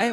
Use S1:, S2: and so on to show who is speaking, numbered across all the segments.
S1: 哎，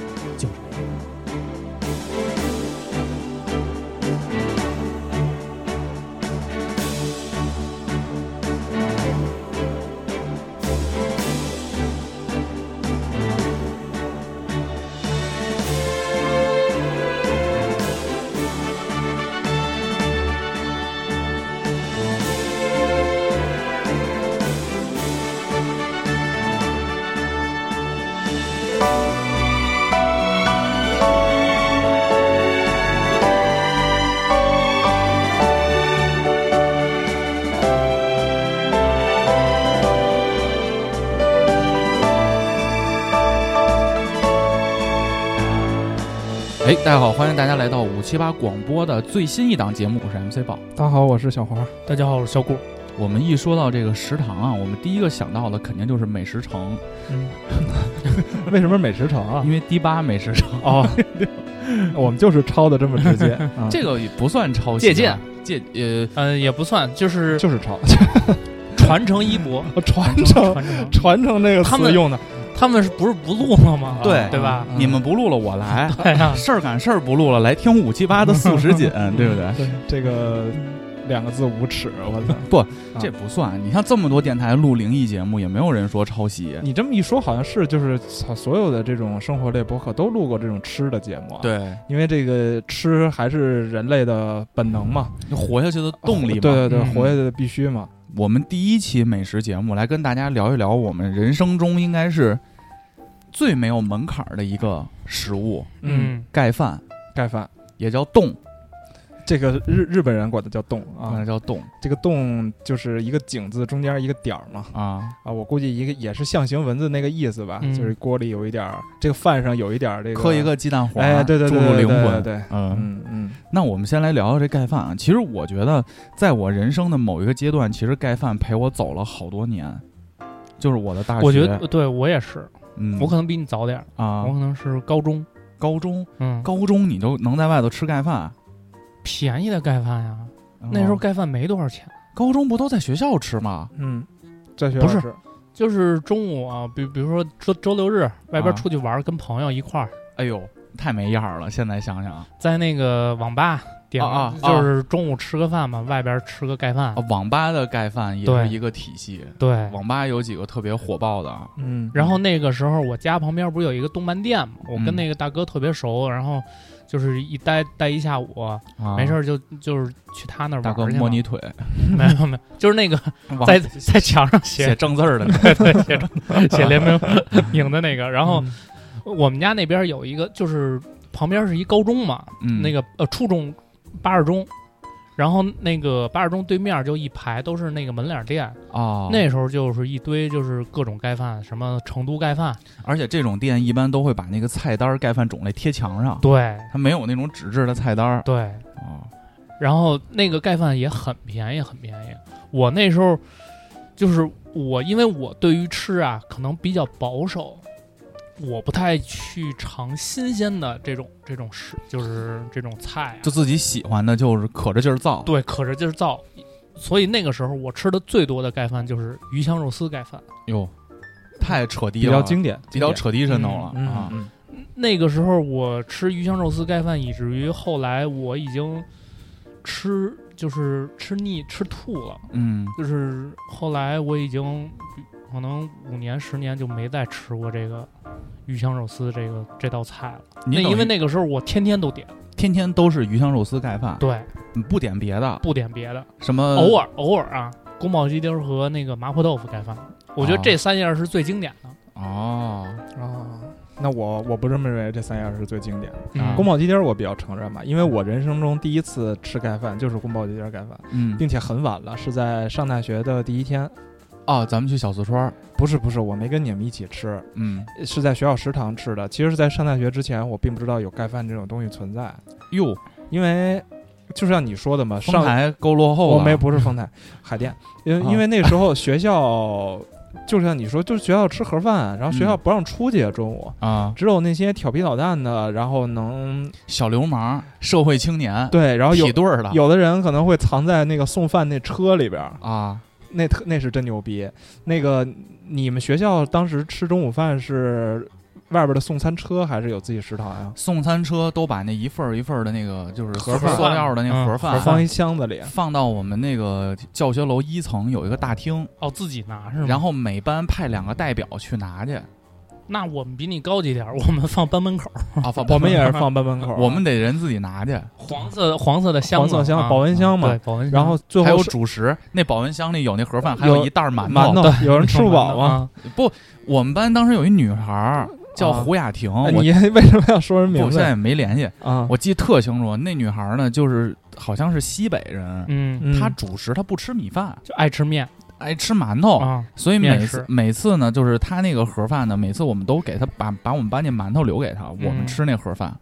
S2: 就是没有。
S3: 哎，大家好，欢迎大家来到五七八广播的最新一档节目，我是 MC 宝。
S4: 大家好，我是 小黄。
S5: 大家好，我是小顾。
S3: 我们一说到这个食堂啊，我们第一个想到的肯定就是美食城，
S4: 嗯，为什么美食城啊
S3: 因？为迪吧美食城
S4: 哦，我们就是抄的这么直 接，啊
S3: 这个也不算抄袭啊，
S5: 借鉴
S3: 借呃
S5: 嗯，也不算，就是
S4: 就是抄
S5: 传承衣 钵，
S4: 传承
S5: 传承。
S4: 传承这个
S5: 他
S4: 词
S5: 们
S4: 用的，
S5: 他们是不是不录了吗？啊
S3: 对嗯
S5: 对吧？
S2: 啊
S3: 你们不录了，我来。
S5: 哎呀，
S3: 事儿赶事儿不录了，来听五七八的素食锦，对不
S2: 啊
S3: 对？
S4: 对这个两个字无耻，我 操！
S3: 这不算。你像这么多电台录灵异节目，也没有人说抄袭。
S4: 你这么一说，好像是就是操所有的这种生活类博客都录过这种吃的节目，，啊
S3: 对，
S4: 因为这个吃还是人类的本能嘛，
S3: 你活下去的动力嘛。
S4: 对对对，
S3: 嗯
S4: 活下去的必须嘛。
S3: 我们第一期美食节目来跟大家聊一聊，我们人生中应该是最没有门槛儿的一个食物
S5: 嗯，
S3: ——盖饭，
S4: 盖饭，
S3: 也叫冻，
S4: 这个日日本人管它叫冻啊，
S3: 啊，叫冻
S4: 这个洞就是一个井字中间一个点儿嘛，
S3: 啊，
S4: 啊，我估计一个也是象形文字那个意思吧，
S5: 嗯
S4: 就是锅里有一点儿，这个饭上有一点儿这个，
S3: 磕一，个鸡蛋黄，
S4: 哎，对对
S3: 注
S4: 对
S3: 入
S4: 对
S3: 灵
S4: 对
S3: 魂。
S4: 对，
S3: 嗯，
S4: 嗯嗯，
S3: 那我们先来聊聊这盖饭啊。其实我觉得，在我人生的某一个阶段，其实盖饭陪我走了好多年，就是我的大学。
S5: 我觉得，对我也是，
S3: 嗯，
S5: 我可能比你早点儿，
S3: 啊
S5: 我，可能是高中，
S3: 高中
S5: 嗯，
S3: 高中你就能在外头吃盖饭，
S5: 便宜的盖饭呀，那时候
S3: 嗯
S5: 盖饭没多少钱，
S3: 高中不都在学校吃吗？
S4: 嗯，在学校
S5: 不是
S4: 吃
S5: 就是中午啊，比比如说周周六日外
S3: 啊
S5: 边出去玩儿，跟朋友一块儿
S3: 哎呦，太没样儿了！现在想想，啊，
S5: 在那个网吧点
S3: 啊啊，
S5: 就是中午吃个饭嘛，外边吃个盖饭，
S3: 网吧的盖饭也
S5: 对
S3: 是一个体系，
S5: 对，
S3: 网吧有几个特别火爆的，啊
S4: 嗯，
S5: 然后那个时候，我家旁边不是有一个动漫店嘛，我
S3: 嗯
S5: 跟那个大哥特别熟，然后就是一待待一下午，
S3: 啊
S5: 没事。儿就就是去他那儿玩
S3: 大哥
S5: 去
S3: 摸
S5: 嘛
S3: 你腿，
S5: 没有没有，就是那个
S3: 网
S5: 在在墙上
S3: 写
S5: 写
S3: 正字儿 的呢，
S5: 对对写着写联 名影的那个，然后
S3: 嗯
S5: 我们家那边有一个，就是旁边是一高中嘛，
S3: 嗯，
S5: 那个呃初中八二中，然后那个八二中对面就一排都是那个门脸店，
S3: 哦，
S5: 那时候就是一堆就是各种盖饭，什么成都盖饭，
S3: 而且这种店一般都会把那个菜单儿盖饭种类贴墙上，
S5: 对
S3: 它没有那种纸质的菜单儿
S5: 对。
S3: 哦，
S5: 然后那个盖饭也很便宜，很便宜。我那时候就是我，因为我对于吃啊可能比较保守，我不太去尝新鲜的这种这种食，就是这种菜、啊
S3: 就。自己喜欢的，就是可着劲儿造。
S5: 对，可是就是造。所以那个时候我吃的最多的盖饭就是鱼香肉丝盖饭。
S3: 哟，太扯
S4: 比
S3: 低了，
S4: 较经典，
S3: 比较
S4: 经
S3: 扯低深头了
S4: 典，嗯
S3: 啊！
S4: 嗯，
S5: 那个时候我吃鱼香肉丝盖饭，以至于后来我已经吃就是吃腻吃吐了。
S3: 嗯，
S5: 就是后来我已经可能五年十年就没再吃过这个鱼香肉丝这个这道菜了。
S3: 你等
S5: 那
S3: 于
S5: 因为那个时候我天天都点，
S3: 天天都是鱼香肉丝盖饭，
S5: 对，
S3: 你不点别的，
S5: 不点别的，
S3: 什么
S5: 偶尔偶尔啊，宫保鸡丁和那个麻婆豆腐盖饭，我觉得
S3: 哦
S5: 这三样是最经典的。
S3: 哦，
S4: 啊。那我我不这么认为，这三样是最经典的。
S5: 嗯
S3: 啊
S4: 宫保鸡丁儿我比较承认吧，因为我人生中第一次吃盖饭就是宫保鸡丁儿盖饭，
S3: 嗯，
S4: 并且很晚了，是在上大学的第一天。
S3: 哦，咱们去小四川儿，
S4: 不是不是，我没跟你们一起吃，
S3: 嗯，
S4: 是在学校食堂吃的。其实是在上大学之前，我并不知道有盖饭这种东西存在，
S3: 哟，
S4: 因为就像你说的嘛，
S3: 丰
S4: 上
S3: 台够落后
S4: 我
S3: 了，
S4: 没不是丰台，海淀，因为
S3: 啊
S4: 因为那时候学校就像你说，就是学校吃盒饭，然后学校不让出去中午，
S3: 啊，
S4: 只有那些调皮捣蛋的，然后能
S3: 小流氓、社会青年，
S4: 对，然后有
S3: 体对儿的，
S4: 有的人可能会藏在那个送饭那车里边儿，
S3: 啊，
S4: 那特那是真牛逼。那个你们学校当时吃中午饭是外边的送餐车还是有自己食堂呀？
S3: 送餐车都把那一份儿一份儿的那个就是
S4: 盒饭
S3: 塑料的那
S5: 嗯
S3: 盒
S4: 我
S3: 饭
S4: 放一箱子里，
S3: 放到我们那个教学楼一层有一个大厅，
S5: 哦，自己拿是吗？
S3: 然后每班派两个代表去拿 去。
S5: 那我们比你高级点儿， 我们放班门口儿
S3: 啊，放
S4: 我们也是 放班门口，啊
S3: 我们得人自己拿去。
S5: 黄色黄色的箱
S4: 黄
S5: 子，
S4: 色箱
S5: 啊
S4: 保温箱嘛
S5: 对，保温箱。
S4: 然后最
S3: 还
S4: 后
S3: 有
S4: 是
S3: 主食，那保温箱里有那盒饭，还有
S4: 有
S3: 一袋馒
S4: 馒头，啊有人吃不饱吗？
S5: 吗？
S3: 不，我们班当时有一女孩儿叫
S4: 啊
S3: 胡雅婷，
S4: 哎
S3: 嗯我
S4: 你 为什么要说人
S3: 不
S4: 名
S3: 现在
S4: 字
S3: 也没联系，
S4: 啊？
S3: 我记得特清楚。那女孩儿呢，就是好像是西北人，
S5: 嗯，
S4: 嗯
S3: 她主食她不吃米饭，
S5: 就爱吃面
S3: 爱吃馒头。
S5: 啊，
S3: 所以
S5: 面
S3: 每次
S5: 食
S3: 每次呢，就是她那个盒饭呢，每次我们都给她把把我们班那馒头留给她，我们
S5: 嗯哦
S3: 吃那盒饭。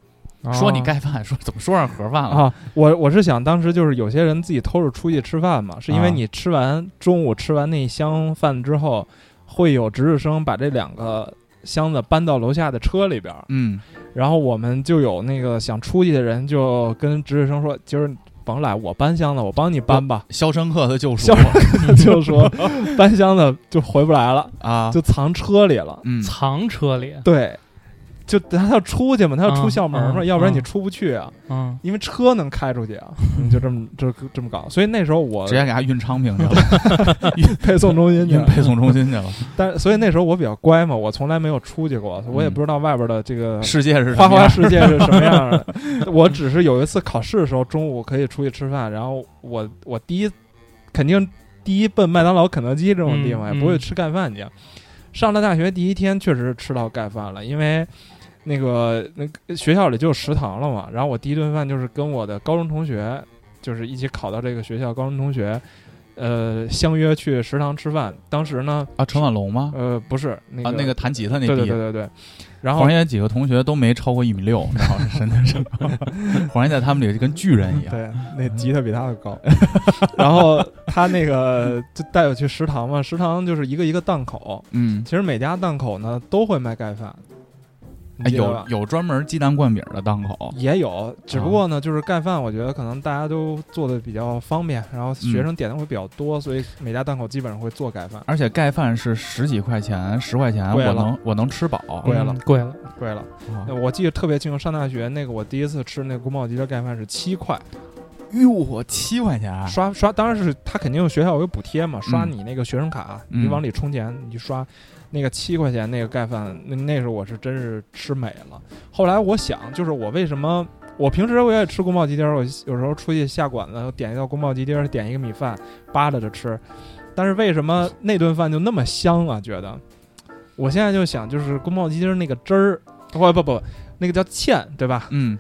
S3: 说你
S4: 啊
S3: 盖饭，说怎么说上盒饭了？
S4: 啊，我我是想，当时就是有些人自己偷着出去吃饭嘛，是因
S3: 啊
S4: 为你吃完中午吃完那一箱饭之后，会有值日生把这两个箱子搬到楼下的车里边儿，
S3: 嗯，，
S4: 然后我们就有那个想出去的人就跟值日生说，今儿甭来，我搬箱子，我帮你搬吧
S3: 《 肖申克的救赎
S4: 肖》就说搬箱子就回不来了，
S3: 啊，
S4: 就藏车里了，
S3: 嗯，
S5: 藏车里，
S4: 对。就他要出去嘛，他要出校门嘛，
S5: 嗯嗯
S4: 要不然你
S5: 嗯
S4: 出不去啊，
S5: 嗯，
S4: 因为车能开出去啊，你就这么这这么搞。所以那时候我
S3: 直接给他运昌平去了，
S4: 配送中心去
S3: 运
S4: 了。
S3: 配送中心去了。
S4: 但所以那时候我比较乖嘛，我从来没有出去过，我也
S3: 嗯
S4: 不知道外边的这个
S3: 世界是什么
S4: 花花
S3: 样
S4: 世界是什么样的。 我只是有一次考试的时候，中午可以出去吃饭，然后我我第一肯定第一奔麦当劳、肯德基这种地方，
S5: 嗯
S4: 也不会吃盖饭去。上了大学第一天，确实是吃到盖饭了，因为。那个那个学校里就有食堂了嘛，然后我第一顿饭就是跟我的高中同学，就是一起考到这个学校高中同学，呃，相约去食堂吃饭。当时呢，
S3: 啊？陈婉龙吗？
S4: 呃，不是那个、
S3: 啊，那个弹吉他那
S4: 对对
S3: 弟
S4: 对，对对，然后
S3: 黄爷几个同学都没超过一米六，你知道吗？真的是， 黄爷在他们里就跟巨人一样。嗯
S4: 对，那吉他比他还高。 然后他那个就带我去食堂嘛，食堂就是一个一个档口，
S3: 嗯，
S4: 其实每家档口呢都会卖盖饭，你
S3: 哎，
S4: 记得
S3: 有啊
S4: 吧
S3: 有专门鸡蛋灌饼的档口
S4: 也有，只不过呢，就是盖饭，我觉得可能大家都做的比较方便，然
S3: 嗯
S4: 后学生点的会比较多，所以每家档口基本上会做盖饭，
S3: 而且盖饭是十几块钱、十块钱，
S4: 贵
S3: 我
S4: 了
S3: 能我能吃饱。
S4: 贵了
S5: 嗯，贵了，
S4: 贵了。
S3: 啊
S4: 我记得特别清楚，上大学那个我第一次吃那个宫保鸡丁盖饭是七块，
S3: 哟，我七块钱，
S4: 刷刷，当然是他肯定学校有补贴嘛，刷
S3: 啊嗯
S4: 你那个学生卡，
S3: 嗯
S4: 你往里充钱，你就刷那个七块钱那个盖饭，那那时候我是真是吃美了。后来我想，就是我为什么我平时我也吃宫保鸡丁儿，我有时候出去下馆子我点一道宫保鸡丁儿，点一个米饭，扒拉着吃，但是为什么那顿饭就那么香啊？觉得我现在就想，就是宫保鸡丁儿那个汁儿，不不不，那个叫芡对吧？
S3: 嗯，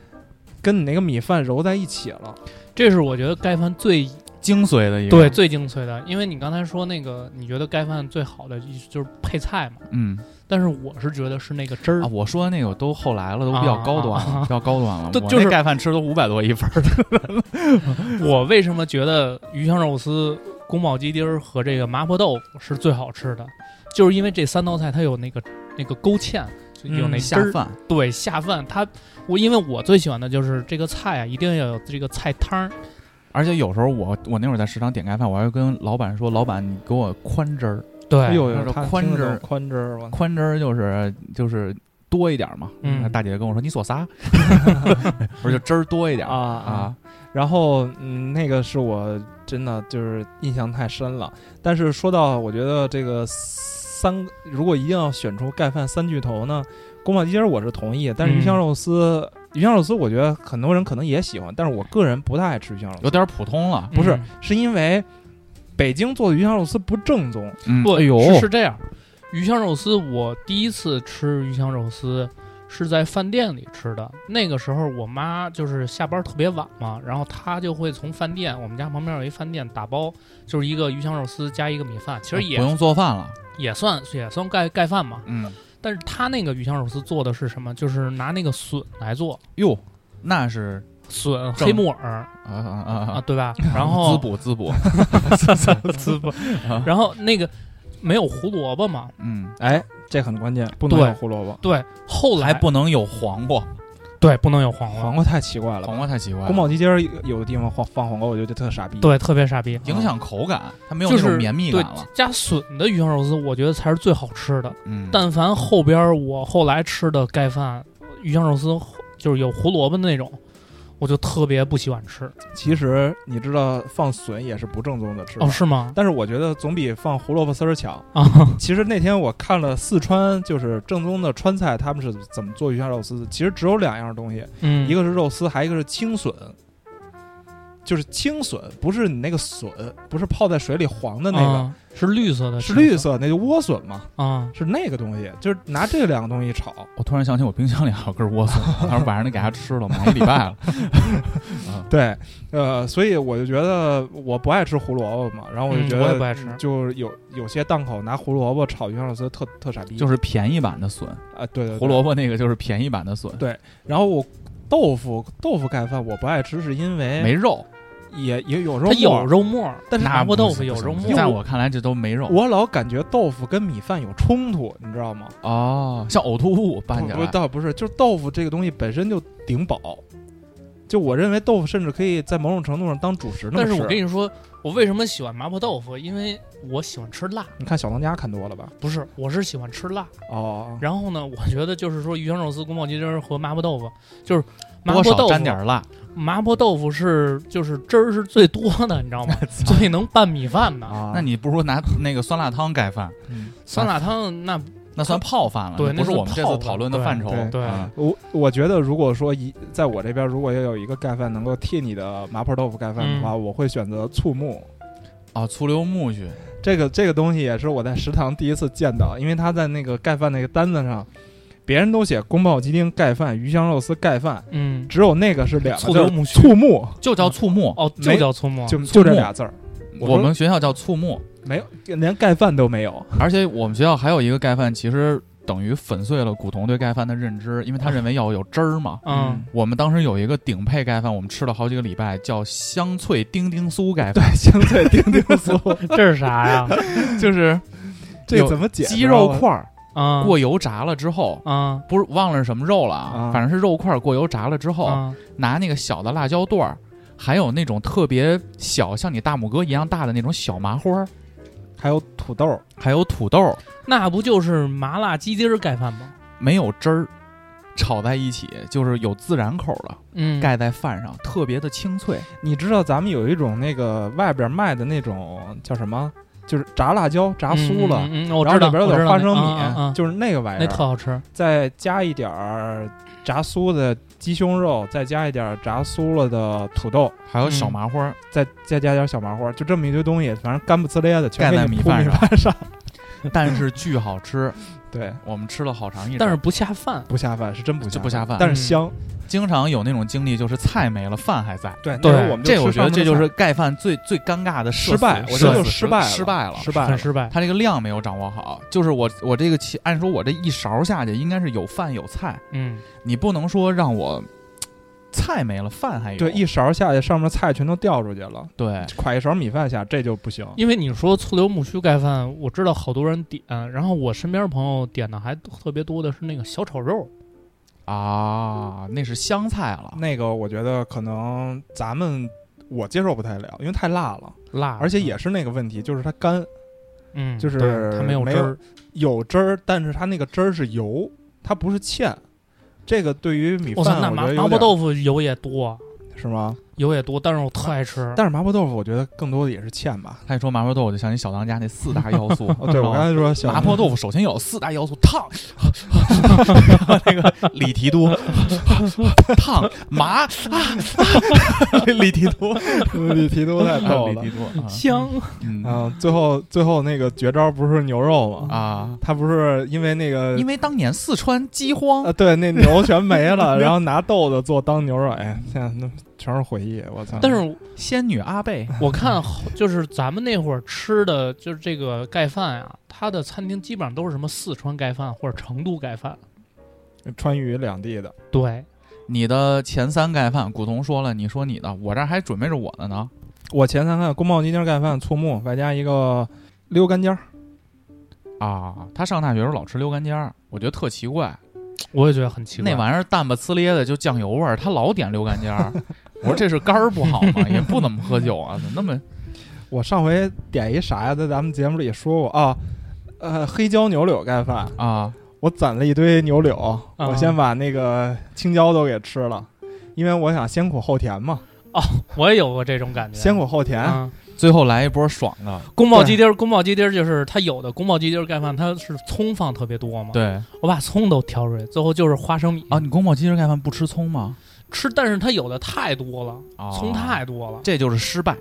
S4: 跟你那个米饭揉在一起了，
S5: 这是我觉得盖饭最
S3: 精髓的一个。
S5: 对，最精髓的，因为你刚才说那个，你觉得盖饭最好的一就是配菜嘛，
S3: 嗯
S5: 但是我是觉得是那个汁儿
S3: 啊，，我说那个都后来了，都比较高端
S5: 啊啊啊
S3: 了，
S5: 啊
S3: 比较高端了。
S5: 对
S3: 我
S5: 就是
S3: 那盖饭吃都五百多一份 儿。
S5: 我为什么觉得鱼香肉丝、宫保鸡丁儿和这个麻婆豆腐是最好吃的，就是因为这三道菜它有那个那个勾芡，就有
S4: 嗯
S5: 那汁
S3: 下
S5: 儿、
S3: 饭
S5: 对下饭。它我因为我最喜欢的就是这个菜啊，一定要有这个菜汤儿。
S3: 而且有时候我我那会儿在食堂点盖饭，我还跟老板说：“老板，你给我宽汁儿，
S5: 对，
S4: 哎呦，
S3: 那是
S4: 他
S3: 宽
S4: 听着
S3: 汁
S4: 都
S3: 儿
S4: 宽汁儿，我
S3: 宽汁儿就是就是多一点嘛。”
S5: 嗯
S3: 那大姐跟我说：“你说啥？” 我说：“就汁儿多一点
S4: 啊
S3: 啊。
S4: 啊！然后嗯，那个是我真的就是印象太深了。但是说到我觉得这个三，如果一定要选出盖饭三巨头呢，宫保鸡丁儿我是同意，但是
S3: 嗯
S4: 鱼香肉丝，鱼香肉丝我觉得很多人可能也喜欢，但是我个人不太爱吃鱼香肉丝，
S3: 有点普通了。
S4: 不是、
S5: 嗯
S4: 是因为北京做的鱼香肉丝不正宗，
S3: 嗯
S5: 不，
S3: 哎呦，
S5: 是是这样，鱼香肉丝，我第一次吃鱼香肉丝是在饭店里吃的。那个时候我妈就是下班特别晚嘛，然后她就会从饭店，我们家旁边有一饭店打包，就是一个鱼香肉丝加一个米饭，其实也、
S3: 哦不用做饭了。
S5: 也算也算盖盖饭嘛。
S3: 嗯，
S5: 但是她那个鱼香肉丝做的是什么？就是拿那个笋来做，
S3: 哟，那是
S5: 笋、
S3: 正
S5: 黑木耳
S3: 啊啊啊
S5: 啊，
S3: 啊！
S5: 对吧？然 后
S3: 滋补滋补，
S5: 滋补，然后那个没有胡萝卜嘛。
S3: 嗯，
S4: 哎，这很关键，不能
S5: 对
S4: 有胡萝卜，
S5: 对，后来
S3: 还不能有黄瓜，
S5: 对不能有黄瓜，
S4: 黄瓜太奇怪了吧。
S3: 黄瓜太奇怪了，
S4: 宫保鸡丁儿有的地方放放黄瓜，我就觉得特傻逼。
S5: 对特别傻逼，
S3: 影响口感，它没有
S5: 就
S3: 那
S5: 是
S3: 种绵密感
S5: 对
S3: 了。
S5: 加笋的鱼香肉丝，我觉得才是最好吃的。
S3: 嗯，
S5: 但凡后边儿我后来吃的盖饭、鱼香肉丝，就是有胡萝卜那种，我就特别不喜欢吃。
S4: 其实你知道放笋也是不正宗的吃法，
S5: 哦，是吗？
S4: 但是我觉得总比放胡萝卜丝儿强。
S5: 啊，
S4: 其实那天我看了四川就是正宗的川菜，他们是怎么做鱼香肉丝的，其实只有两样东西，
S5: 嗯，
S4: 一个是肉丝，还有一个是青笋。就是青笋，不是你那个笋，不是泡在水里黄的那个，
S5: 啊是绿色的，
S4: 是绿色，那就莴笋嘛，
S5: 啊。
S4: 是那个东西，就是拿这两个东西炒。
S3: 我突然想起我冰箱里还有根莴 笋，到时候晚上得给它吃了，买一礼拜了。
S4: 对，呃，所以我就觉得我不爱吃胡萝卜嘛，然后我就
S5: 嗯
S4: 觉
S5: 我也
S4: 得
S5: 不爱吃
S4: 就是有有些档口拿胡萝卜炒鱼香肉丝特特傻逼，
S3: 就是是便宜版的笋，
S4: 啊，对对
S3: 胡
S4: 卜。
S3: 萝卜那个就是便宜版的笋，
S4: 然后我豆腐豆腐盖饭我不爱吃，是因
S3: 没
S4: 为
S3: 肉。
S4: 也也有时
S5: 它
S4: 候
S5: 有肉末儿，
S4: 但是
S5: 哎麻
S3: 不
S5: 婆豆
S3: 行
S5: 腐有
S3: 不行
S5: 肉
S3: 不
S5: 末
S3: 行
S5: 儿。
S3: 在我看来这都没肉
S4: 我老感觉豆腐跟米饭有冲突，你知道吗？
S3: 哦，像呕吐物
S4: 不
S3: 拌起
S4: 不，
S3: 来。
S4: 倒不是，就是豆腐这个东西本身就顶饱。就我认为豆腐甚至可以在某种程度上当主食那么
S5: 但
S4: 吃。
S5: 是我跟你说，我为什么喜欢麻婆豆腐？因为我喜欢吃辣，
S4: 你看小当家看多了吧？
S5: 不是，我是喜欢吃辣。
S4: 哦，
S5: 然后呢，我觉得就是说，鱼香肉丝、宫保鸡丁儿和麻婆豆腐，就是麻
S3: 多
S5: 婆
S3: 少
S5: 豆
S3: 沾
S5: 腐，啊
S3: 点儿辣，
S5: 麻婆豆腐是就是汁儿是最多的，你知道 吗？最能拌米饭的。
S4: 啊，
S3: 那你不如拿那个酸辣汤盖饭，
S4: 嗯
S5: 酸辣汤那
S3: 那算泡饭了，
S5: 对
S3: 那不
S5: 那
S3: 是
S5: 是
S3: 我们这
S5: 泡
S3: 次
S5: 饭
S3: 讨论的
S5: 对
S3: 范畴。
S4: 对
S5: 对
S3: 嗯
S4: 我我觉得，如果说一在我这边，如果要有一个盖饭能够替你的麻婆豆腐盖饭的话，我会选择醋木。
S3: 啊，醋溜木须，
S4: 这个这个东西也是我在食堂第一次见到，因为他在那个盖饭那个单子上，别人都写宫保鸡丁盖饭、鱼香肉丝盖饭，
S5: 嗯，
S4: 只有那个是两个
S5: 醋
S4: 字
S5: 溜
S4: 儿
S5: 木须
S4: 醋木，
S3: 就叫醋木，
S5: 哦，就
S4: 没
S5: 叫粗末，
S4: 就
S3: 啊醋
S4: 就这
S3: 木
S4: 俩字儿，我说
S3: 我们学校叫醋木，
S4: 没有连盖饭都没有。
S3: 而且我们学校还有一个盖饭，其实等于粉碎了古潼对盖饭的认知，因为他认为要有汁儿嘛。
S5: 嗯，
S3: 我们当时有一个顶配盖饭，我们吃了好几个礼拜，叫香脆丁丁酥盖
S4: 对
S3: 饭，，
S4: 香脆丁丁酥，
S5: 这是啥 呀？
S3: 就是
S4: 这怎么解释啊？
S3: 鸡肉块儿
S5: 啊，
S3: 过油炸了之后，
S5: 啊
S3: 不是忘了是什么肉了啊
S4: 啊，
S3: 反正是肉块儿过油炸了之后，
S5: 啊
S3: 拿那个小的辣椒段儿，还有那种特别小，像你大拇哥一样大的那种小麻花儿，
S4: 还有土豆儿，
S3: 还有土豆儿，
S5: 那不就是麻辣鸡丁儿盖饭吗？
S3: 没有汁儿，炒在一起，就是有孜然口儿了，
S5: 嗯，
S3: 盖在饭上，特别的清脆。
S4: 你知道咱们有一种那个外边卖的那种叫什么？就是炸辣椒、炸酥了，
S5: 嗯，嗯嗯嗯我
S4: 然后
S5: 知道
S4: 里边有点花生米，
S5: 我知道
S4: 就是那个玩意
S5: 那啊啊啊那
S4: 儿，
S5: 特好吃。
S4: 再加一点儿炸酥的鸡胸肉，再加一点儿炸酥了的土豆，
S3: 还有
S5: 嗯
S3: 小麻花 儿，
S4: 再再加点儿小麻花，就这么一堆东西，反正干不呲咧的
S3: 盖
S4: 全给
S3: 在
S4: 你
S3: 米
S4: 铺
S3: 饭上
S4: 饭上。
S3: 但是巨好吃，
S4: 对，
S3: 我们吃了好长一阵
S5: 但是
S3: 儿。
S5: 不下饭。
S4: 不下饭是真不下
S3: 就不下饭嗯
S4: 但是香。
S3: 经常有那种经历，就是菜没了，饭还在。
S4: 对，
S5: 对
S4: 那时候我们就
S3: 这我觉
S4: 吃
S3: 得
S4: 上
S3: 这就
S4: 面
S3: 是
S4: 的
S3: 盖饭最最尴尬的社
S4: 失败，
S3: 死
S4: 我觉得
S3: 社
S4: 就
S3: 死
S4: 失败
S3: 失败了。
S4: 失败
S5: 很
S4: 了。
S5: 失败，
S3: 它这个量没有掌握好，就是我我这个其按说我这一勺下去应该是有饭有菜，
S5: 嗯，
S3: 你不能说让我菜没了，饭还有。
S4: 对，一勺下去，上面菜全都掉出去了，
S3: 对
S4: 㧟一勺米饭下，这就不行。
S5: 因为你说醋溜木须盖饭，我知道好多人点，然后我身边朋友点的还特别多的是那个小炒肉，
S3: 啊，那是香菜了，
S4: 那个我觉得可能咱们我接受不太了，因为太辣了，
S5: 辣，
S4: 而且也啊是那个问题，就是它干。
S5: 嗯，
S4: 就是
S5: 对它没有
S4: 没
S5: 汁
S4: 有
S5: 儿，
S4: 有汁儿，但是它那个汁儿是油，它不是芡。这个对于米
S5: 我操，
S4: 饭，
S5: 那
S4: 我
S5: 麻
S4: 觉得有
S5: 麻婆
S4: 点
S5: 豆腐油也多，
S4: 是吗？
S5: 油也多，但是我特爱吃。
S4: 但是麻婆豆腐，我觉得更多的也是芡吧。
S3: 他一说麻婆豆腐，我就想起小当家那四大要素
S4: 。哦，对我刚才说小
S3: 麻婆豆腐首先有四大要素：烫， 那个李提督，烫麻啊，啊 李提督，
S4: 腐， 你哦提多太逗了
S3: 李提。督啊
S5: 香，
S3: 嗯
S4: 嗯，最后最后那个绝招不是牛肉吗？
S3: 啊，
S4: 他不是因为那个
S3: 因为当年四川饥荒
S4: 啊，，对， 那牛全没了，然后拿豆子做当牛肉，哎，现在那全是回忆，我操！
S5: 但是
S3: 仙女阿贝
S5: 我看好就是咱们那会儿吃的，就是这个盖饭啊，它的餐厅基本上都是什么四川盖饭或者成都盖饭。
S4: 川渝两地的，
S5: 对，
S3: 你的前三盖饭，古潼说了，你说你的，我这儿还准备着我的呢。
S4: 我前三看宫保鸡丁盖饭、醋木，外加一个溜干尖儿，
S3: 啊，他上大学时候老吃溜干尖儿，我觉得特奇怪。
S5: 我也觉得很奇怪。
S3: 那玩意儿淡吧呲咧的，就酱油味儿，他老点溜干尖儿。我说这是肝儿不好吗？也不怎么喝酒啊，怎么那么
S4: 我上回点一啥呀，在咱们节目里也说过啊，呃，黑椒牛柳盖饭，
S3: 啊？
S4: 我攒了一堆牛柳，
S5: 啊
S4: 我先把那个青椒都给吃了，因为我想先苦后甜嘛，
S5: 我也有过这种感觉。
S4: 先苦后甜。
S5: 啊，
S3: 最后来一波爽的，
S5: 宫保鸡丁儿，宫保鸡丁儿就是它有的宫保鸡丁儿盖饭，它是葱放特别多嘛。，
S3: 对
S5: 我把葱都挑出来，最后就是花生米
S3: 啊。你宫保鸡丁盖饭不吃葱吗？
S5: 吃，但是它有的太多了，
S3: 啊，
S5: 葱太多了，
S3: 这就是失败，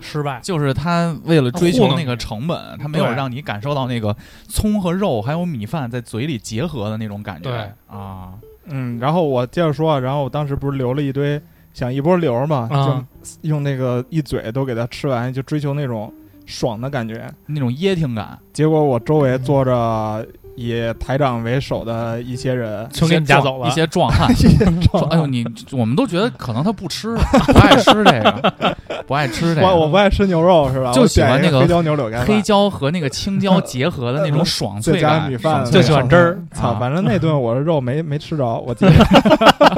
S5: 失败。
S3: 就是他为了追
S5: 糊
S3: 求
S5: 弄
S3: 那个成本，他没有
S5: 对
S3: 让你感受到那个葱和肉还有米饭在嘴里结合的那种感觉。
S5: 对
S3: 啊，
S4: 嗯，然后我接着说啊，然后我当时不是留了一堆，想一波流嘛，
S5: 啊
S4: 就用那个一嘴都给它吃完，就追求那种爽的感觉。
S3: 那种噎挺感，
S4: 结果我周围坐着以台长为首的一些人，，
S5: 全给你夹走了
S3: 一些壮汉
S4: 一些
S3: 说
S4: 壮
S3: 哎呦，你我们都觉得可能他不吃，不爱吃这个， 不爱吃这
S4: 我我
S3: 个。
S4: 不爱吃牛肉是吧？
S3: 就
S4: 我
S3: 喜欢
S4: 点一
S3: 那个
S4: 黑椒牛柳干
S3: 黑椒和那个青椒结合的那种爽
S4: 再
S3: 脆
S4: 加
S3: 感，
S4: 米饭，
S3: 爽脆
S5: 就喜欢汁儿
S4: 操，
S3: 啊
S4: 反正那顿我的肉没没吃着，我记得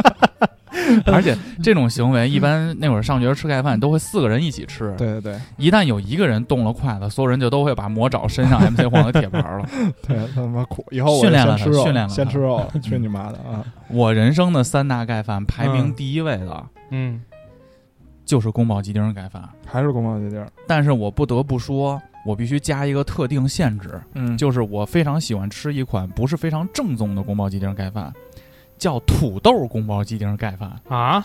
S3: 而且这种行为一般那会儿上学吃盖饭都会四个人一起吃，
S4: 对对对
S3: 一旦有一个人动了筷子，所有人就都会把魔爪伸向 MC 黄的铁盘了。
S4: 对，他妈苦！以后我就
S3: 训练了
S4: 先吃肉，
S3: 他训练了
S4: 先
S3: 他
S4: 吃肉，去你妈的啊！
S3: 我人生的三大盖饭排名第一位的
S5: 嗯，
S3: 就是宫保鸡丁盖饭，
S4: 还是宫保鸡丁儿，
S3: 但是我不得不说，我必须加一个特定限制，
S4: 嗯
S3: 就是我非常喜欢吃一款不是非常正宗的宫保鸡丁盖饭，叫土豆宫保鸡丁盖饭，
S5: 啊，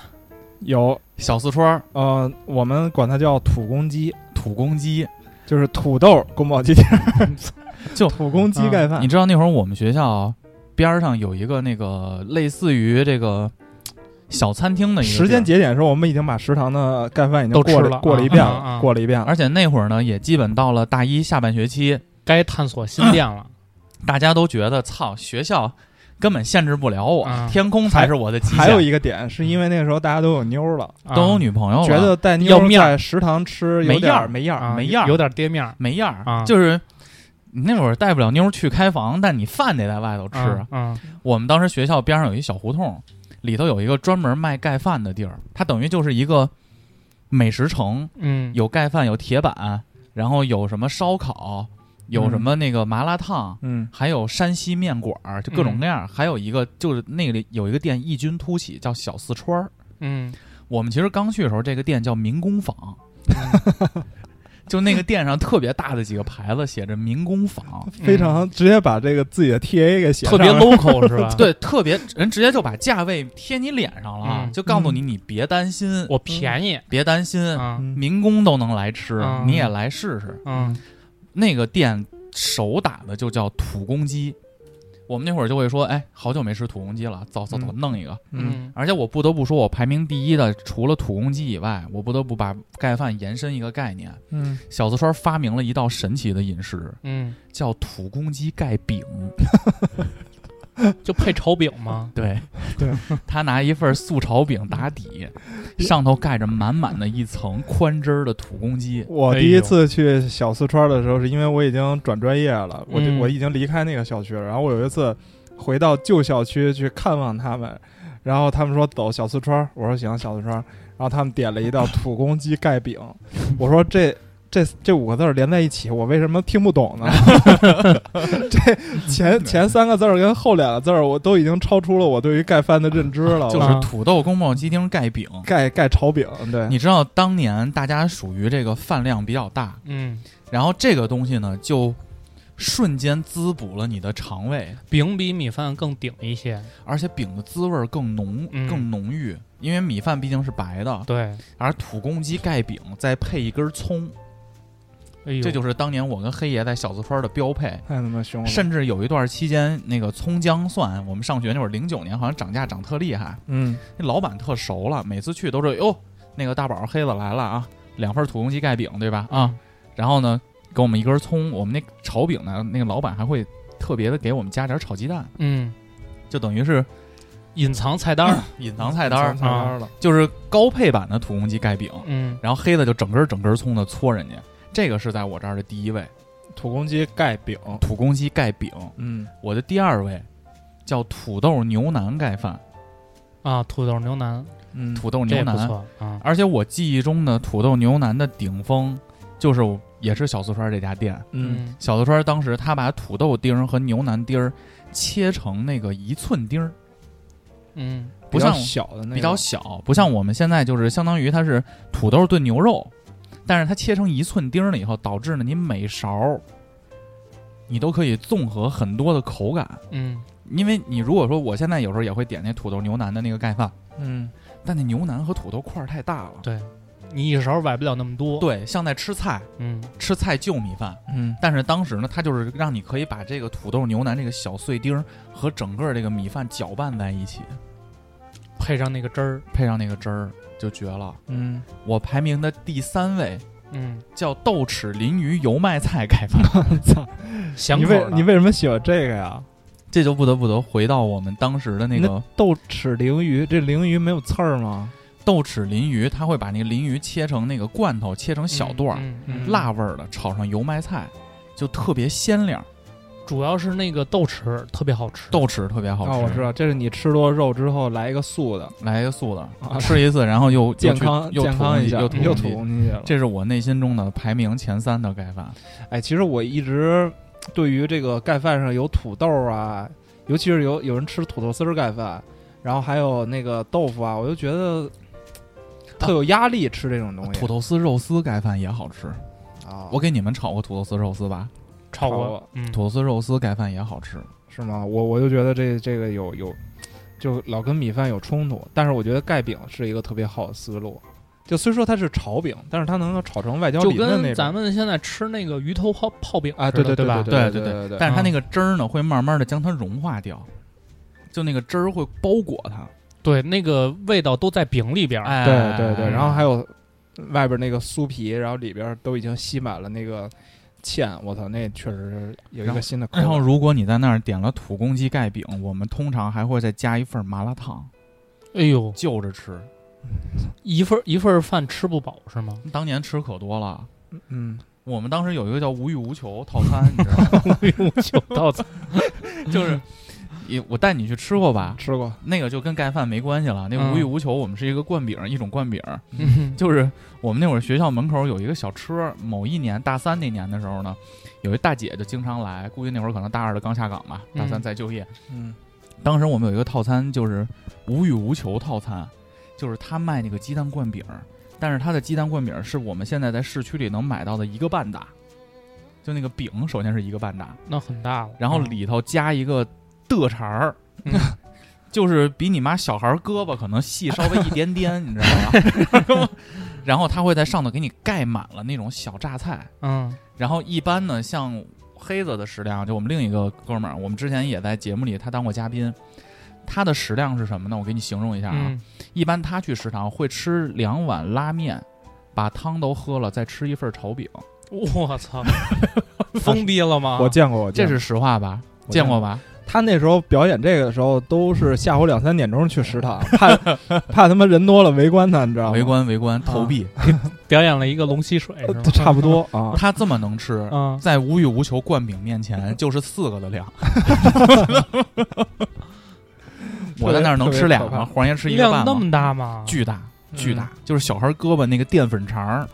S4: 有
S3: 小四川儿
S4: 呃，我们管它叫土公鸡，
S3: 土公鸡。
S4: 就是土豆宫保鸡丁啊儿，
S3: 就
S4: 土公鸡盖饭
S3: 你。知道那会儿我们学校边儿上有一个那个类似于这个小餐厅的一个
S4: 时间
S3: 地
S4: 节点的时候，我们已经把食堂的盖饭已经
S5: 都
S4: 过
S5: 吃了
S4: 过了
S5: 啊
S4: 一遍
S5: 啊
S4: 了，
S5: 啊
S4: 过了一遍
S3: 儿，
S4: 了。
S3: 而且那会儿呢也基本到了大一下半学期，
S5: 该探索新店了。
S3: 大家都觉得操学校根本限制不了我，
S5: 啊
S3: 天空才是我的极限。
S4: 还有一个点，是因为那个时候大家都有妞儿了，
S5: 啊
S3: 都有女朋友了，
S4: 觉得带妞
S5: 要
S4: 儿
S5: 面儿
S4: 在食堂吃有
S3: 没
S4: 点
S3: 样
S4: 儿
S3: 儿
S4: 没样儿，
S5: 啊
S3: 没样儿
S5: 有点跌面儿
S3: 没样儿、
S5: 啊
S3: 就是。你那会儿带不了妞儿去开房，但你饭得在外头吃。
S5: 啊啊
S3: 我们当时学校边上有一小胡同，里头有一个专门卖盖饭的地儿，它等于就是一个美食城，
S5: 嗯，
S3: 有盖饭，有铁板，然后有什么烧烤，有什么那个麻辣烫，
S4: 嗯，
S3: 还有山西面馆儿，就各
S5: 嗯
S3: 种各样。还有一个就是那里有一个店异军突起，叫小四川儿。
S5: 嗯
S3: 我们其实刚去的时候，这个店叫民工坊，
S5: 嗯
S3: 就那个店上特别大的几个牌子写着民工坊，
S5: 嗯
S4: 非常直接把这个自己的 TA 给写
S5: 特别
S4: 上了
S5: local 是吧？，
S3: 对，特别人直接就把价位贴你脸上了，
S5: 嗯
S3: 就告诉你你别担心，
S5: 我便宜
S3: 别担心，
S5: 啊，
S4: 嗯
S3: 民工都能来吃，
S5: 嗯
S3: 你也来试试。
S5: 嗯
S3: 那个店手打的就叫土公鸡。我们那会儿就会说，哎，好久没吃土公鸡了，走走走，弄一个。
S4: 嗯
S5: 嗯
S3: 而且我不得不说，我排名第一的，除了土公鸡以外，我不得不把盖饭延伸一个概念。
S4: 嗯，
S3: 小四川发明了一道神奇的饮食，
S5: 嗯，
S3: 叫土公鸡盖饼。
S5: 就配炒饼吗？
S3: 对，
S4: 对，
S3: 他拿一份素炒饼打底，上头盖着满满的一层宽汁儿的土公鸡。
S4: 我第一次去小四川的时候，是因为我已经转专业了，我就
S5: 嗯
S4: 我已经离开那个校区了。然后我有一次回到旧校区去看望他们，然后他们说走小四川，我说行，小四川。然后他们点了一道土公鸡盖饼，我说这这这五个字儿连在一起，我为什么听不懂呢？ 这 前前三个字儿跟后两个字儿，我都已经超出了我对于盖饭的认知
S5: 哦
S4: 了。
S3: 就
S4: 我
S5: 啊
S3: 是土豆宫保鸡丁盖饼，
S4: 盖盖炒饼，对，
S3: 你知道当年大家属于这个饭量比较大，
S5: 嗯，
S3: 然后这个东西呢就瞬间滋补了你的肠胃，
S5: 饼比米饭更顶一些。
S3: 而且饼的滋味儿更浓、
S5: 嗯
S3: 更浓郁，因为米饭毕竟是白的，
S5: 对，
S3: 而土公鸡盖饼再配一根葱，
S5: 哎呦，
S3: 这就是当年我跟黑爷在小四川的标配。
S4: 太他妈凶了，
S3: 甚至有一段期间，那个葱姜蒜，我们上学那会儿，零九年好像涨价涨特厉害，
S4: 嗯，
S3: 那老板特熟了，每次去都是哟，那个大宝黑子来了啊，两份土公鸡盖饼对吧？啊，然后呢，给我们一根葱，我们那炒饼呢，那个老板还会特别的给我们加点炒鸡蛋，
S5: 嗯，
S3: 就等于是
S5: 隐藏菜单儿，
S3: 隐藏菜单儿，
S4: 嗯
S3: 嗯
S4: 菜单了，
S3: 就是高配版的土公鸡盖饼。
S5: 嗯
S3: 然后黑的就整根儿整根儿葱的搓人家，这个是在我这儿的第一位。
S4: 土公鸡盖饼，
S3: 土公鸡盖饼，
S4: 嗯，
S3: 我的第二位叫土豆牛腩盖饭，
S5: 啊，土豆牛腩，
S4: 嗯
S3: 土豆
S5: 这
S3: 牛
S5: 也不
S3: 腩。
S5: 错啊。
S3: 而且我记忆中的土豆牛腩的顶峰，就是我也是小四川这家店。
S4: 嗯，
S3: 小四川当时他把土豆丁儿和牛腩丁儿切成那个一寸丁儿，
S5: 嗯，
S3: 不
S4: 比较
S3: 像
S4: 小的那种
S3: 比较小，不像我们现在就是相当于它是土豆炖牛肉，但是它切成一寸丁儿了以后，导致呢你每勺儿你都可以综合很多的口感。
S5: 嗯
S3: 因为你如果说我现在有时候也会点那土豆牛腩的那个盖饭，
S4: 嗯，
S3: 但那牛腩和土豆块儿太大了
S5: 对，你一勺崴不了那么多。，
S3: 对，像在吃菜
S5: 嗯
S3: 吃菜就米饭。
S4: 嗯
S3: 但是当时呢，它就是让你可以把这个土豆牛腩这个小碎丁儿和整个这个米饭搅拌在一起，
S5: 配上那个汁儿，
S3: 配上那个汁儿，就绝了。
S4: 嗯，
S3: 我排名的第三位
S5: 嗯，
S3: 叫豆豉鲮鱼油麦菜盖 饭，
S5: 咸
S4: 你
S5: 口
S4: 为
S5: 的。
S4: 你为什么喜欢这个呀？
S3: 这就不得不得回到我们当时的那个
S4: 豆豉鲮鱼，这鲮鱼没有刺儿吗？
S3: 豆豉鲮鱼，它会把那个鲮鱼切成那个罐头，切成小段儿，
S5: 嗯嗯嗯
S3: 辣味儿的，炒上油麦菜，就特别鲜亮，
S5: 主要是那个豆豉特别好吃。
S3: 豆豉特别好吃。
S4: 啊，我知道，这是你吃多肉之后来一个素的，
S3: 来一个素的，
S4: 啊
S3: 吃一次，然后又又
S4: 健
S3: 去
S4: 康
S3: 又
S4: 健康一下，
S3: 又
S5: 土公鸡
S4: 又
S3: 土
S4: 土
S3: 公鸡
S4: 公鸡了。
S3: 这是我内心中的排名前三的盖饭。
S4: 哎，其实我一直对于这个盖饭上有土豆啊，尤其是有有人吃土豆丝儿盖饭，然后还有那个豆腐啊，我就觉得特有压力吃这种东西。
S3: 土豆丝肉丝盖饭也好吃，
S4: 啊，
S3: 我给你们炒过土豆丝肉丝吧？
S5: 炒
S4: 炒
S5: 过
S4: 过，
S5: 嗯，
S3: 土豆丝肉丝盖饭也好吃，
S4: 是吗？我我就觉得这这个有有，就老跟米饭有冲突。但是我觉得盖饼是一个特别好的思路，就虽说它是炒饼，但是它能够炒成外焦
S5: 就
S4: 里嫩那
S5: 跟
S4: 种。
S5: 咱们现在吃那个鱼头泡泡饼
S4: 啊，
S5: 似的
S4: 对对
S5: 吧？
S4: 对
S3: 对
S4: 对
S3: 但是它那个汁儿呢，会慢慢的将它融化掉，就那个汁儿会包裹它。
S5: 对，那个味道都在饼里边儿。
S3: 哎，
S4: 啊对对对，
S5: 嗯
S4: 然后还有外边那个酥皮，然后里边都已经吸满了那个芡，我操，那确实有一个新的口
S3: 然后
S4: 感。
S3: 如果你在那儿点了土公鸡盖饼，我们通常还会再加一份麻辣烫，
S5: 哎呦，
S3: 就着吃。
S5: 一份一份饭吃不饱是吗？
S3: 当年吃可多了。
S4: 嗯，
S3: 我们当时有一个叫“无欲无求”套餐，你知道吗？
S5: 九 道菜，
S3: 就是也我带你去吃过吧，
S4: 吃过，
S3: 那个就跟盖饭没关系了。那
S5: 嗯
S3: 无欲无求，我们是一个灌饼，一种灌饼，
S5: 嗯
S3: 就是我们那会儿学校门口有一个小车，某一年大三那年的时候呢，有一大姐就经常来，估计那会儿可能大二的刚下岗吧，大三
S5: 嗯
S3: 再就业。
S4: 嗯
S3: 当时我们有一个套餐就是无欲无求套餐，就是他卖那个鸡蛋灌饼，但是他的鸡蛋灌饼是我们现在在市区里能买到的一个半大，就那个饼首先是一个半大，
S5: 那很大了。
S3: 然后
S5: 嗯
S3: 里头加一个的茬儿。
S5: 嗯
S3: 就是比你妈小孩儿胳膊可能细稍微一点点，你知道吗？ 然后他会在上头给你盖满了那种小榨菜，
S5: 嗯
S3: 然后一般呢，像黑子的食量，就我们另一个哥们儿，我们之前也在节目里他当过嘉宾，他的食量是什么呢？我给你形容一下啊，
S5: 嗯
S3: 一般他去食堂会吃两碗拉面，把汤都喝了，再吃一份炒饼，
S5: 我操，疯逼了吗？
S4: 我见过，我
S3: 这
S4: 见过
S3: 是实话吧？
S4: 我
S3: 见
S4: 见
S3: 过吧？
S4: 他那时候表演这个的时候，都是下午两三点钟去食堂，怕怕他妈人多了围观他，你知道吗？
S3: 围观围
S4: 啊
S3: 观投币，
S5: 表演了一个龙吸水是
S4: 呃
S5: 吗？
S4: 差不多啊，
S3: 他这么能吃，
S5: 嗯，
S3: 在无欲无求灌饼面前就是四个的量。我在那儿能吃俩
S4: 特别
S3: 吗？
S4: 可怕
S3: 黄爷吃一个
S5: 量
S3: 半
S5: 那
S3: 吗？
S5: 么大嗯吗？
S3: 巨大，巨大，就是小孩胳膊那个淀粉肠儿，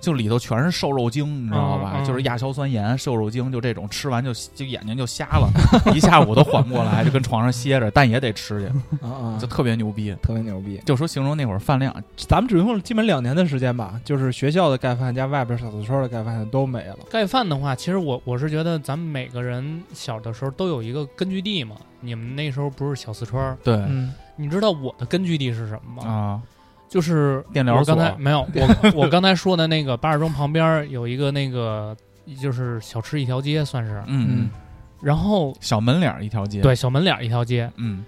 S3: 就里头全是瘦肉精，你知道吧？
S5: 嗯嗯
S3: 就是亚硝酸盐、瘦肉精，就这种吃完就就眼睛就瞎了，一下午都缓不过来，就跟床上歇着，但也得吃
S5: 嗯
S3: 去，
S4: 啊啊
S3: 就，特别牛逼。
S4: 特别牛逼。
S3: 就说形容那会儿饭量，
S4: 咱们只用了基本两年的时间吧，就是学校的盖饭加外边小四川的盖饭都没了。
S5: 盖饭的话，其实我我是觉得咱们每个人小的时候都有一个根据地嘛。你们那时候不是小四川儿，
S3: 对
S4: 嗯，
S5: 你知道我的根据地是什么吗？
S3: 啊，
S5: 就是
S3: 电疗
S5: 我
S3: 所
S5: 刚才没有我我刚才说的那个八二中旁边儿有一个那个就是小吃一条街算是，
S3: 嗯
S4: 嗯，
S5: 然后
S3: 小门脸儿一条街，，
S5: 对小门脸儿一条街
S3: 嗯，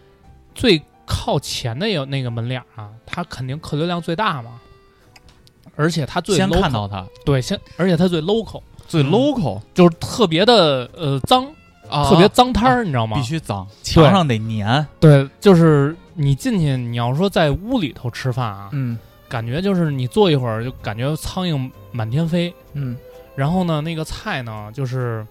S5: 最靠前的有那个门脸儿啊，它肯定客流量最大嘛，而且它最
S3: 先
S5: local, 嗯
S3: 看到它
S5: 对先而且它最 local，
S3: 最 local，
S5: 就是特别的呃脏，
S3: 啊
S5: 特别脏摊儿，你知道吗？
S3: 必须脏，墙上得粘，
S5: 对，就是你进去，你要说在屋里头吃饭啊，
S4: 嗯
S5: 感觉就是你坐一会儿就感觉苍蝇满天飞，
S4: 嗯
S5: 然后呢，那个菜呢，就是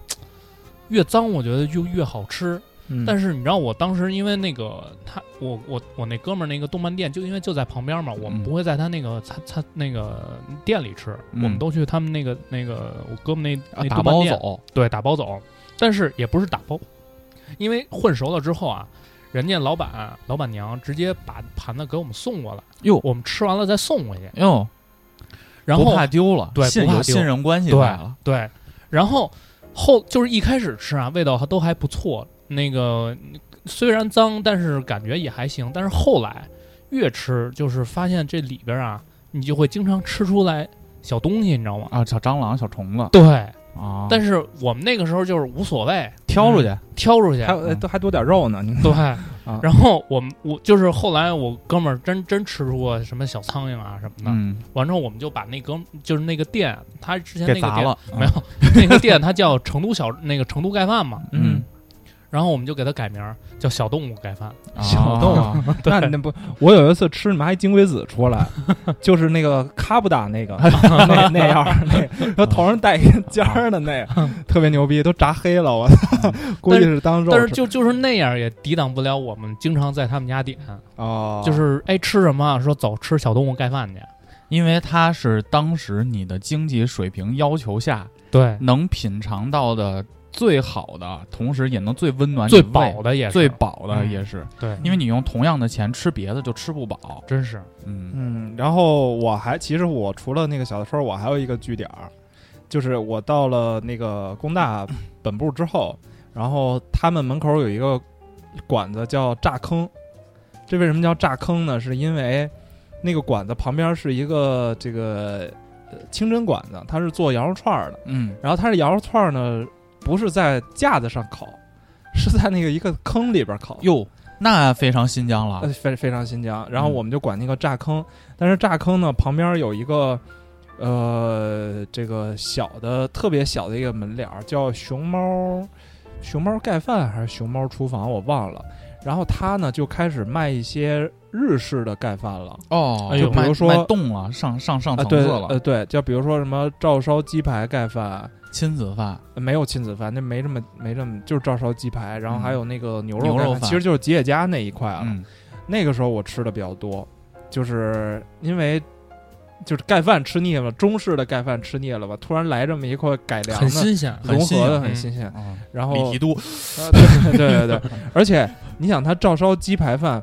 S5: 越脏，我觉得就越好吃。
S4: 嗯
S5: 但是你知道，我当时因为那个他，我我我那哥们儿那个动漫店就因为就在旁边嘛，我
S3: 嗯
S5: 们不会在他那个餐餐那个店里吃，
S3: 嗯
S5: 我们都去他们那个那个我哥们那
S3: 啊
S5: 那
S3: 打
S5: 动漫
S3: 包
S5: 店，
S3: 走，
S5: 对，打包走，但是也不是打包，因为混熟了之后啊，人家老板老板娘直接把盘子给我们送过来，
S3: 哟
S5: 我们吃完了再送回去，
S3: 哟，
S5: 然后
S3: 不怕丢了，
S5: 对
S3: 信
S5: 不怕
S3: 有
S5: 丢
S3: 信任关系在
S5: 对
S3: 了，
S5: 对，然后后就是一开始吃啊，味道还都还不错，那个虽然脏，但是感觉也还行。但是后来越吃，就是发现这里边啊，你就会经常吃出来小东西，你知道吗？
S3: 啊，小蟑螂、小虫子
S5: 对，
S3: 啊，
S5: 但是我们那个时候就是无所谓，
S3: 挑啊出去，
S5: 挑出去
S4: 还，有
S3: 嗯
S4: 都还多点肉呢，你
S5: 对。然后我们我就是后来我哥们儿真真吃出过什么小苍蝇啊什么的，
S3: 嗯，
S5: 完之后我们就把那哥们就是那个店，他之前那
S3: 给
S5: 个
S3: 砸
S5: 店
S3: 了，
S5: 没
S4: 啊
S5: 有，那个店它叫成都小那个成都盖饭嘛，
S3: 嗯，
S5: 然后我们就给它改名儿叫小动物盖饭。
S3: 嗯，
S4: 小豆
S3: 啊，
S4: 那那不，我有一次吃你们还金龟子出 来，就是那个卡布达 那个那那样儿那，然后头上带一个尖儿的那 个，特别牛逼，都炸黑了，我操，估嗯计是当肉
S5: 但是
S4: 吃
S5: 就就是那样也抵挡不了我们经常在他们家点，
S4: 哦，
S5: 就是哎吃什么说走吃小动物盖饭去。
S3: 因为它是当时你的经济水平要求下
S5: 对，
S3: 能品尝到的最好的，同时也能最温暖你
S5: 最
S3: 胃、
S5: 饱的也是
S3: 最饱的
S5: 嗯
S3: 也是，
S5: 对，
S3: 因为你用同样的钱吃别的就吃不饱，
S5: 真是
S3: 嗯
S4: 嗯，然后我还其实我除了那个小的村儿，我还有一个据点儿，就是我到了那个工大本部之后，然后他们门口有一个馆子叫炸坑，这为什么叫炸坑呢？是因为那个馆子旁边是一个这个呃清真馆子，它是做羊肉串儿的，
S3: 嗯，
S4: 然后它这羊肉串儿呢不是在架子上烤，是在那个一个坑里边儿烤，
S3: 哟，那非常新疆
S4: 呃，
S3: 了，
S4: 非非常新疆。然后
S3: 嗯
S4: 我们就管那个炸坑，但是炸坑呢旁边有一个，呃，这个小的特别小的一个门脸儿，叫熊猫，熊猫盖饭还是熊猫厨房，我忘了。然后他呢就开始卖一些日式的盖饭了。
S3: 哦
S5: 哎呦
S3: 就卖
S4: 比如说
S3: 卖动了，上上上
S4: 啊，
S3: 层次
S4: 对，
S3: 了，
S4: 呃，对，就比如说什么照烧鸡排盖饭，
S3: 亲子饭，
S4: 呃没有亲子饭，那没这么没这么，就是照烧鸡排，然后还有那个牛
S3: 嗯
S4: 肉
S3: 牛
S4: 盖
S3: 肉
S4: 饭，
S3: 饭
S4: 其实就是吉野家那一块了。
S3: 嗯
S4: 那个时候我吃的比较多，就是因为就是盖饭吃腻了，中式的盖饭吃腻了吧，突然来这么一块改良
S5: 很
S4: 的，
S5: 新鲜。
S3: 很
S4: 融
S3: 新
S4: 合的
S5: 颖
S4: 很新鲜。
S3: 啊，
S4: 然
S3: 李
S4: 后
S3: 提督，
S4: 呃对对对对，而且你想，它照烧鸡排饭，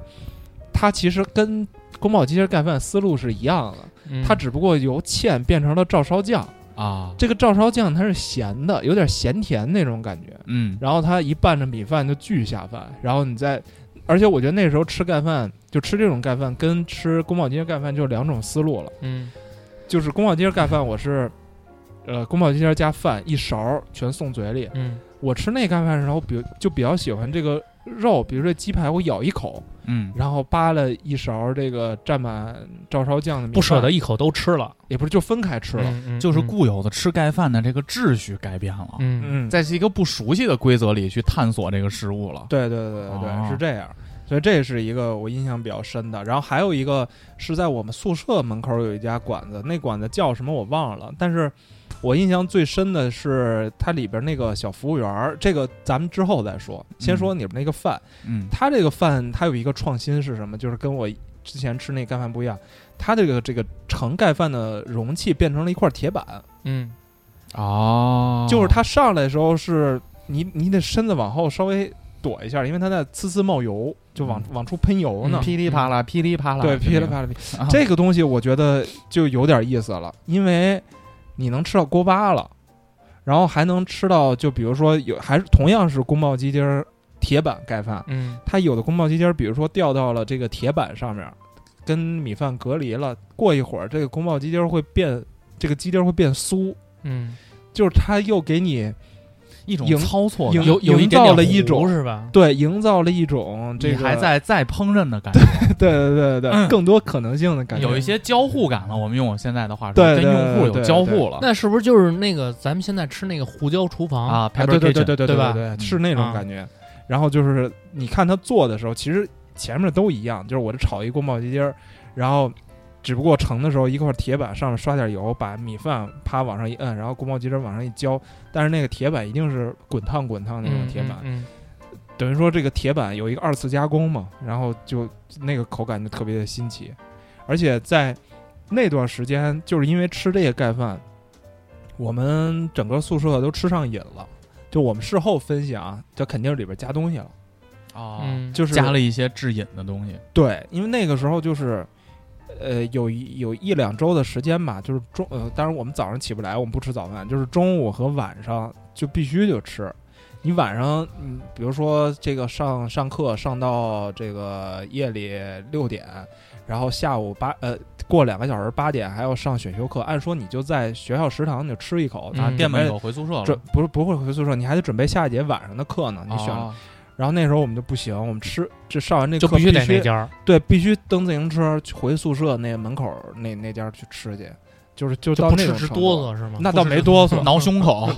S4: 它其实跟宫保鸡丁盖饭思路是一样的，
S5: 嗯
S4: 它只不过由芡变成了照烧酱。
S3: 啊，
S4: 这个照烧酱它是咸的，有点咸甜那种感觉。
S3: 嗯，
S4: 然后它一拌着米饭就巨下饭，然后你再，而且我觉得那时候吃盖饭，就吃这种盖饭跟吃宫保鸡丁盖饭就两种思路了。
S5: 嗯
S4: 就是宫保鸡丁盖饭，我是，呃，宫保鸡丁加饭一勺儿全送嘴里。
S5: 嗯
S4: 我吃那盖饭的时候，比就比较喜欢这个肉，比如说鸡排，我咬一口，
S3: 嗯，
S4: 然后扒了一勺儿这个蘸满照烧酱的米饭，
S5: 不舍得一口都吃了，
S4: 也不是就分开吃了。
S5: 嗯嗯
S3: 就是
S5: 嗯
S3: 固有的吃盖饭的这个秩序改变了，
S5: 嗯
S4: 嗯
S3: 在一个不熟悉的规则里去探索这个食物了。
S4: 对对对对对，
S3: 哦
S4: 是这样。所以这是一个我印象比较深的。然后还有一个是在我们宿舍门口有一家馆子，那馆子叫什么我忘了，但是我印象最深的是它里边那个小服务员儿，这个咱们之后再说。先说你们那个饭，
S3: 嗯，
S4: 它这个饭它有一个创新是什么？就是跟我之前吃那盖饭不一样，它这个这个盛盖饭的容器变成了一块铁板，
S5: 嗯
S3: 哦，
S4: 就是它上来的时候是你你得身子往后稍微躲一下，因为它在呲呲冒油，就往往出喷油呢。
S5: 嗯
S3: 噼里啪啦，噼里啪啦，
S4: 对，
S3: 就那
S4: 噼里
S3: 个
S4: 啪啦噼。
S3: 啊
S4: 这个东西我觉得就有点意思了，因为你能吃到锅巴了，然后还能吃到，就比如说有还是同样是宫保鸡丁儿铁板盖饭，
S5: 嗯
S4: 它有的宫保鸡丁儿，比如说掉到了这个铁板上面，跟米饭隔离了，过一会儿这个宫保鸡丁儿会变，这个鸡丁儿会变酥，
S5: 嗯，
S4: 就是它又给你。
S3: 一种
S4: 营
S3: 操作
S4: 营
S3: 感，
S5: 有有一
S4: 营
S5: 点
S4: 造
S5: 点
S4: 了一
S5: 糊
S4: 种
S5: 是吧？
S4: 对，营造了一种这
S3: 你
S4: 个
S3: 还在再烹饪的感觉，
S4: 对对对对对、
S3: 嗯
S4: 更多可能性的感觉。
S3: 有一些交互感了。我们用我现在的话说，跟
S4: 对对
S3: 用户
S4: 对
S3: 有交互了
S5: 那是不是就是那个咱们现在吃那个胡椒厨房？
S3: 啊。
S4: 啊，对对
S3: Pepper
S4: 对对
S3: Kitchen，
S4: 对
S5: 对吧
S4: 对，
S3: 嗯
S4: 是那种感觉。然后就是你看他做的时候，其实前面都一样，就是我这炒一宫保鸡丁儿，然后只不过盛的时候一块铁板上面刷点油，把米饭啪往上一摁，然后宫保鸡丁往上一浇，但是那个铁板一定是滚烫滚烫那种铁板，
S5: 嗯，
S4: 等于说这个铁板有一个二次加工嘛，然后就那个口感就特别的新奇，而且在那段时间，就是因为吃这些盖饭，我们整个宿舍都吃上瘾了。就我们事后分析啊，这肯定里边加东西了，
S3: 啊
S5: 嗯，
S4: 就是
S3: 加了一些致瘾的东西，
S4: 对，因为那个时候就是，呃，有一有一两周的时间吧，就是中呃，当然我们早上起不来，我们不吃早饭，就是中午和晚上就必须就吃。你晚上，嗯，比如说这个上上课上到这个夜里六点，然后下午八呃过两个小时八点还要上选修课，按说你就在学校食堂你就吃一口，
S5: 嗯
S3: 垫吧一口回宿舍了。
S4: 准不是不会回宿舍，你还得准备下一节晚上的课呢。你
S5: 嗯
S4: 选，
S5: 哦
S3: 啊
S4: 然后那时候我们就不行，我们吃这上完这
S5: 就
S4: 课
S5: 必须得那家儿，
S4: 对，必须蹬自行车去回宿舍那门口儿那那家儿去吃去，就是就
S5: 就
S4: 到
S5: 不
S4: 那
S5: 吃
S4: 种
S5: 直
S4: 程
S5: 哆
S4: 度
S5: 嗦是吗？
S4: 那
S5: 不
S4: 倒
S5: 吃
S4: 没
S5: 直
S4: 哆嗦，
S3: 挠胸口，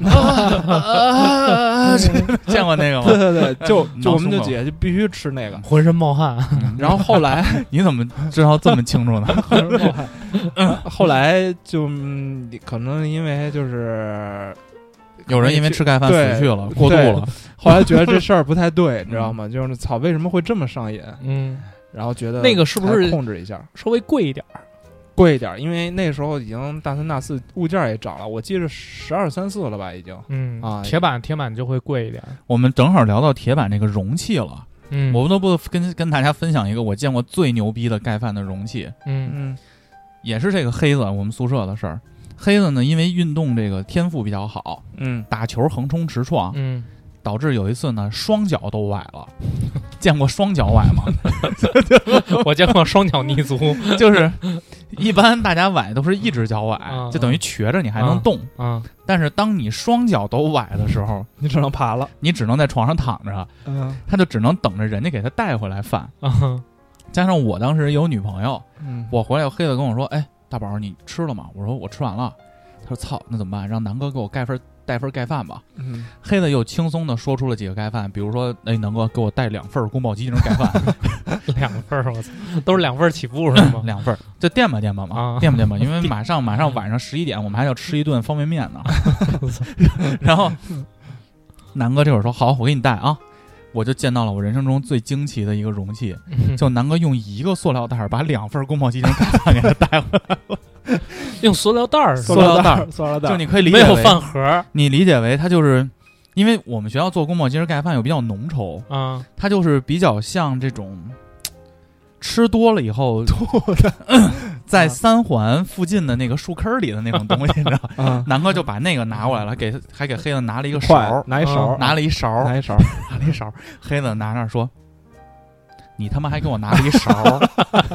S3: 见过那个吗？
S4: 对对对， 就
S3: 挠
S4: 就我们
S3: 胸
S4: 就
S3: 口
S4: 姐就必须吃那个。
S5: 浑身冒 汗，
S4: 然后后来
S3: 你怎么知道这么清楚呢？
S4: 后来就嗯可能因为就是
S3: 有人因为吃盖饭
S4: 对
S3: 死去了，过度了。
S4: 后来觉得这事儿不太对，你知道吗？ 就是草为什么会这么上瘾？
S5: 嗯，
S4: 然后觉得
S5: 那个是不
S4: 还
S5: 是
S4: 控制一下？
S5: 稍微贵一点儿，
S4: 贵一点儿，因为那时候已经大三大四，物价也涨了，我记着十二三四了吧，已经。
S5: 嗯
S4: 啊
S5: 铁板铁板就会贵一点儿，
S3: 我们正好聊到铁板这个容器了，
S5: 嗯，
S3: 我不得不跟跟大家分享一个我见过最牛逼的盖饭的容器，
S5: 嗯
S4: 嗯
S3: 也是这个黑子我们宿舍的事儿。黑子呢，因为运动这个天赋比较好，
S4: 嗯，
S3: 打球横冲直撞，
S5: 嗯，
S3: 导致有一次呢双脚都崴了。见过双脚崴吗？
S5: 我见过双脚 泥足，
S3: 就是一般大家崴都是一只脚崴
S5: 啊，
S3: 就等于瘸着你还能动。
S5: 啊，
S3: 但是当你双脚都崴的时候，
S4: 你只能爬了。
S3: 你只能在床上躺着，
S4: 嗯
S3: 他就只能等着人家给他带回来饭。
S5: 啊，
S3: 加上我当时有女朋友，
S4: 嗯，
S3: 我回来黑子跟我说：“哎，大宝，你吃了吗？”我说：“我吃完了。”他说：“操，那怎么办？让南哥给我盖份带份盖饭吧。
S4: 嗯”
S3: 黑子又轻松的说出了几个盖饭，比如说：“哎，南哥给我带两份宫保鸡丁盖 饭，？
S5: 两份儿，我操，都是两份儿起步是吗
S3: 两份儿，就垫吧垫吧嘛，
S5: 啊
S3: 垫吧垫吧，因为马上马上晚上十一点，我们还要吃一顿方便面呢。
S5: 我操
S3: 然后南哥这会儿说：“好，我给你带啊。”我就见到了我人生中最惊奇的一个容器， 就南哥用一个塑料袋儿把两份宫保鸡丁盖饭给他带回来，
S5: 用塑料袋儿是吧，
S3: 塑料袋儿，
S4: 塑料袋
S3: 就你可以理解
S5: 没
S3: 为
S5: 有饭盒儿
S3: 你理解为它就是，因为我们学校做宫保鸡丁盖饭有比较浓稠，
S5: 啊，
S3: 它就是比较像这种嘖吃 多啊了以后 在三环附近的那个树坑里的那种东西，你知道吗？
S4: 啊，
S3: 南哥就把那个拿过来了，给还给黑子拿了一个嗯勺
S4: 筷
S3: 儿，嗯
S4: 拿一勺儿，啊
S3: 拿了一勺儿，
S4: 拿一勺儿，
S3: 拿了一勺儿，黑子拿那儿说。你他妈还给我拿了一勺儿，啊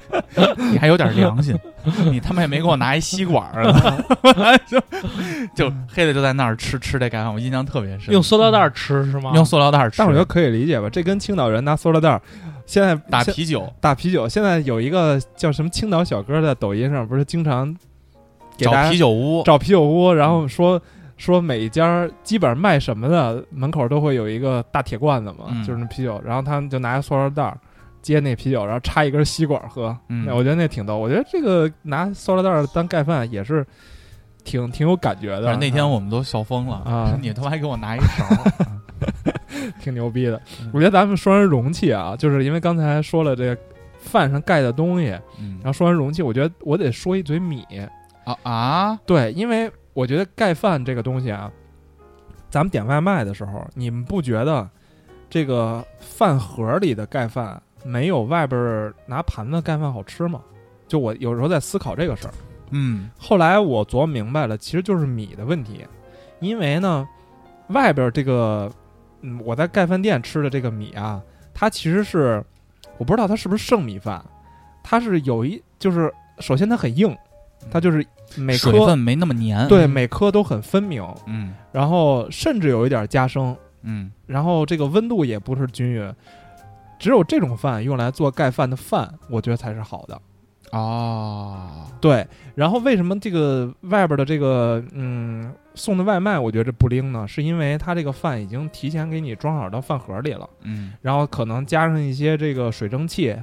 S3: 你还有点良心，你他妈也没给我拿一吸管儿呢，就 就黑子就在那儿吃吃这盖饭，我印象特别深。
S5: 用塑料袋儿吃是吗？
S3: 用塑料袋儿吃，
S4: 但我觉得可以理解吧。这跟青岛人拿塑料袋儿，现在
S3: 打
S4: 现
S3: 啤酒，
S4: 打啤酒，现在有一个叫什么青岛小哥在抖音上，不是经常给大
S3: 找
S4: 家
S3: 啤酒嗯屋，
S4: 找啤酒屋，然后说。说每一家儿基本上卖什么的，门口都会有一个大铁罐子嘛，
S3: 嗯
S4: 就是那啤酒，然后他们就拿塑料袋儿接那啤酒，然后插一根吸管喝。
S3: 嗯
S4: 那我觉得那挺逗。我觉得这个拿塑料袋儿当盖饭也是挺挺有感觉
S3: 反
S4: 的。
S3: 正那天我们都笑疯了
S4: 啊
S3: 你他妈还给我拿一勺儿，啊
S4: 挺牛逼的。我觉得咱们说完容器啊，就是因为刚才说了这个饭上盖的东西，然
S3: 嗯
S4: 后说完容器，我觉得我得说一嘴米。
S3: 啊啊，
S4: 对，因为我觉得盖饭这个东西啊，咱们点外卖的时候，你们不觉得这个饭盒里的盖饭没有外边儿拿盘子盖饭好吃吗？就我有时候在思考这个事儿。
S3: 嗯
S4: 后来我琢磨明白了，其实就是米的问题，因为呢，外边这个，嗯，我在盖饭店吃的这个米啊，它其实是，我不知道它是不是剩米饭，它是有一，就是首先它很硬，它就是每
S3: 水
S4: 颗
S3: 分没那么黏，
S4: 对每颗都很分明，
S3: 嗯
S4: 然后甚至有一点夹生，
S3: 嗯
S4: 然后这个温度也不是均匀，只有这种饭用来做盖饭的饭，我觉得才是好的。
S3: 哦，
S4: 对，然后为什么这个外边的这个嗯送的外卖，我觉得这不灵呢？是因为它这个饭已经提前给你装好到饭盒里了，
S3: 嗯
S4: 然后可能加上一些这个水蒸气，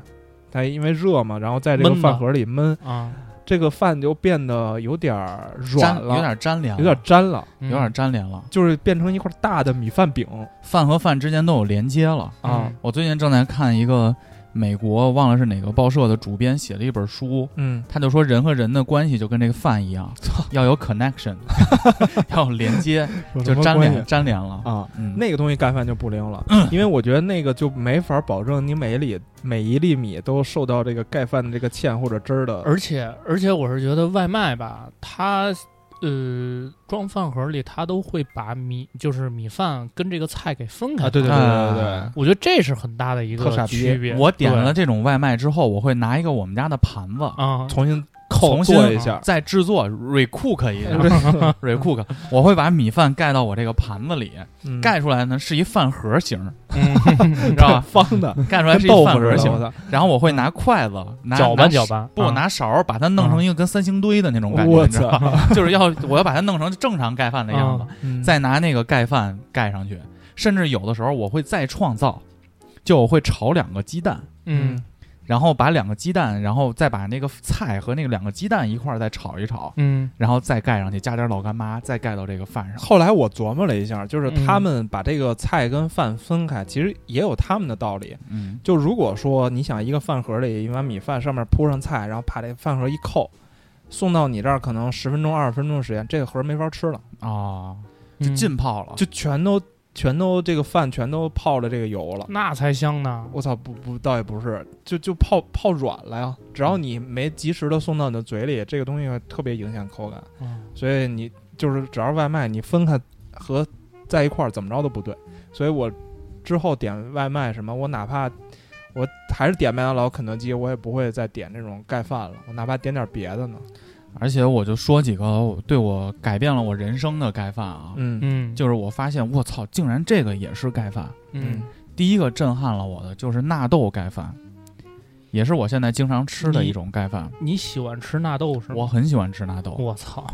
S4: 它因为热嘛，然后在这个
S5: 闷
S4: 饭
S5: 的
S4: 盒里焖，
S5: 啊，
S4: 这个饭就变得有点儿软
S3: 粘
S4: 了，
S3: 有点粘连，
S4: 有点粘了，
S5: 有
S3: 有点粘连了，
S4: 就是变成一块大的米饭饼
S3: 饭和饭之间都有连接了。
S4: 啊。
S3: 我最近正在看一个美国忘了是哪个报社的主编写了一本书，
S4: 嗯，
S3: 他就说人和人的关系就跟这个饭一样，要有 connection，要有连接，
S4: 有
S3: 就
S4: 什么
S3: 粘
S4: 关
S3: 连
S4: 系
S3: 粘连了。
S4: 啊。
S3: 嗯，
S4: 那个东西干饭就不灵 了，因为我觉得那个就没法保证你每一粒每一粒米都受到这个盖饭的这个芡或者汁儿的。
S5: 而且而且我是觉得外卖吧，它呃装饭盒里，它都会把米就是米饭跟这个菜给分开
S4: 啊，对对对对对对
S3: 啊，
S5: 我觉得这是很大的一
S4: 特傻
S5: 个
S4: 逼
S5: 区别。
S3: 我点
S5: 对
S3: 了这种外卖之后，我会拿一个我们家的盘子，
S5: 啊，
S4: 重新啊
S3: 重新
S4: 做一下，
S3: 再制作 recook 一 下，recook，我会把米饭盖到我这个盘子里，
S4: 嗯
S3: 盖出来呢是一饭盒 形，
S5: 嗯
S3: 你知道吧？
S4: 方的，
S3: 盖出来
S4: 跟
S3: 是一
S4: 豆
S3: 饭
S4: 腐
S3: 盒
S4: 似的。我
S3: 形，
S4: 操
S3: 然后我会拿筷子拿
S5: 搅拌
S3: 拿
S5: 搅拌，
S3: 不，
S5: 啊
S3: 我拿勺儿把它弄成一个跟三星堆的那种感觉，
S4: 我
S3: 你知道吧？
S4: 操！
S3: 就是要我要把它弄成正常盖饭的样子，
S5: 啊
S4: 嗯
S3: 再拿那个盖饭盖上去，嗯甚至有的时候我会再创造，就我会炒两个鸡蛋，
S5: 嗯
S3: 然后把两个鸡蛋，然后再把那个菜和那个两个鸡蛋一块儿再炒一炒，
S5: 嗯
S3: 然后再盖上去，加点老干妈，再盖到这个饭上。
S4: 后来我琢磨了一下，就是
S5: 嗯
S4: 他们把这个菜跟饭分开，其实也有他们的道理。
S3: 嗯，
S4: 就如果说你想一个饭盒里一碗米饭，上面铺上菜，然后把这饭盒一扣，送到你这儿可能十分钟、二十分钟时间，这个盒没法吃了，
S3: 哦，就
S5: 嗯，
S3: 浸泡了，
S4: 就全都全都这个饭全都泡了这个油了。
S5: 那才香呢。
S4: 我操，不不，倒也不是，就就泡泡软了呀。只要你没及时的送到你的嘴里，这个东西特别影响口感。
S5: 嗯
S4: 所以你就是只要是外卖，你分开和在一块儿怎么着都不对。所以我之后点外卖什么，我哪怕我还是点麦当劳、肯德基，我也不会再点这种盖饭了，我哪怕点点别的呢。
S3: 而且我就说几个我对我改变了我人生的盖饭啊，
S4: 嗯
S5: 嗯，
S3: 就是我发现我操，竟然这个也是盖饭。
S5: 嗯，
S3: 第一个震撼了我的就是纳豆盖饭，也是我现在经常吃的一种盖饭。
S5: 你喜欢吃纳豆是吗？
S3: 我很喜欢吃纳豆，
S5: 我操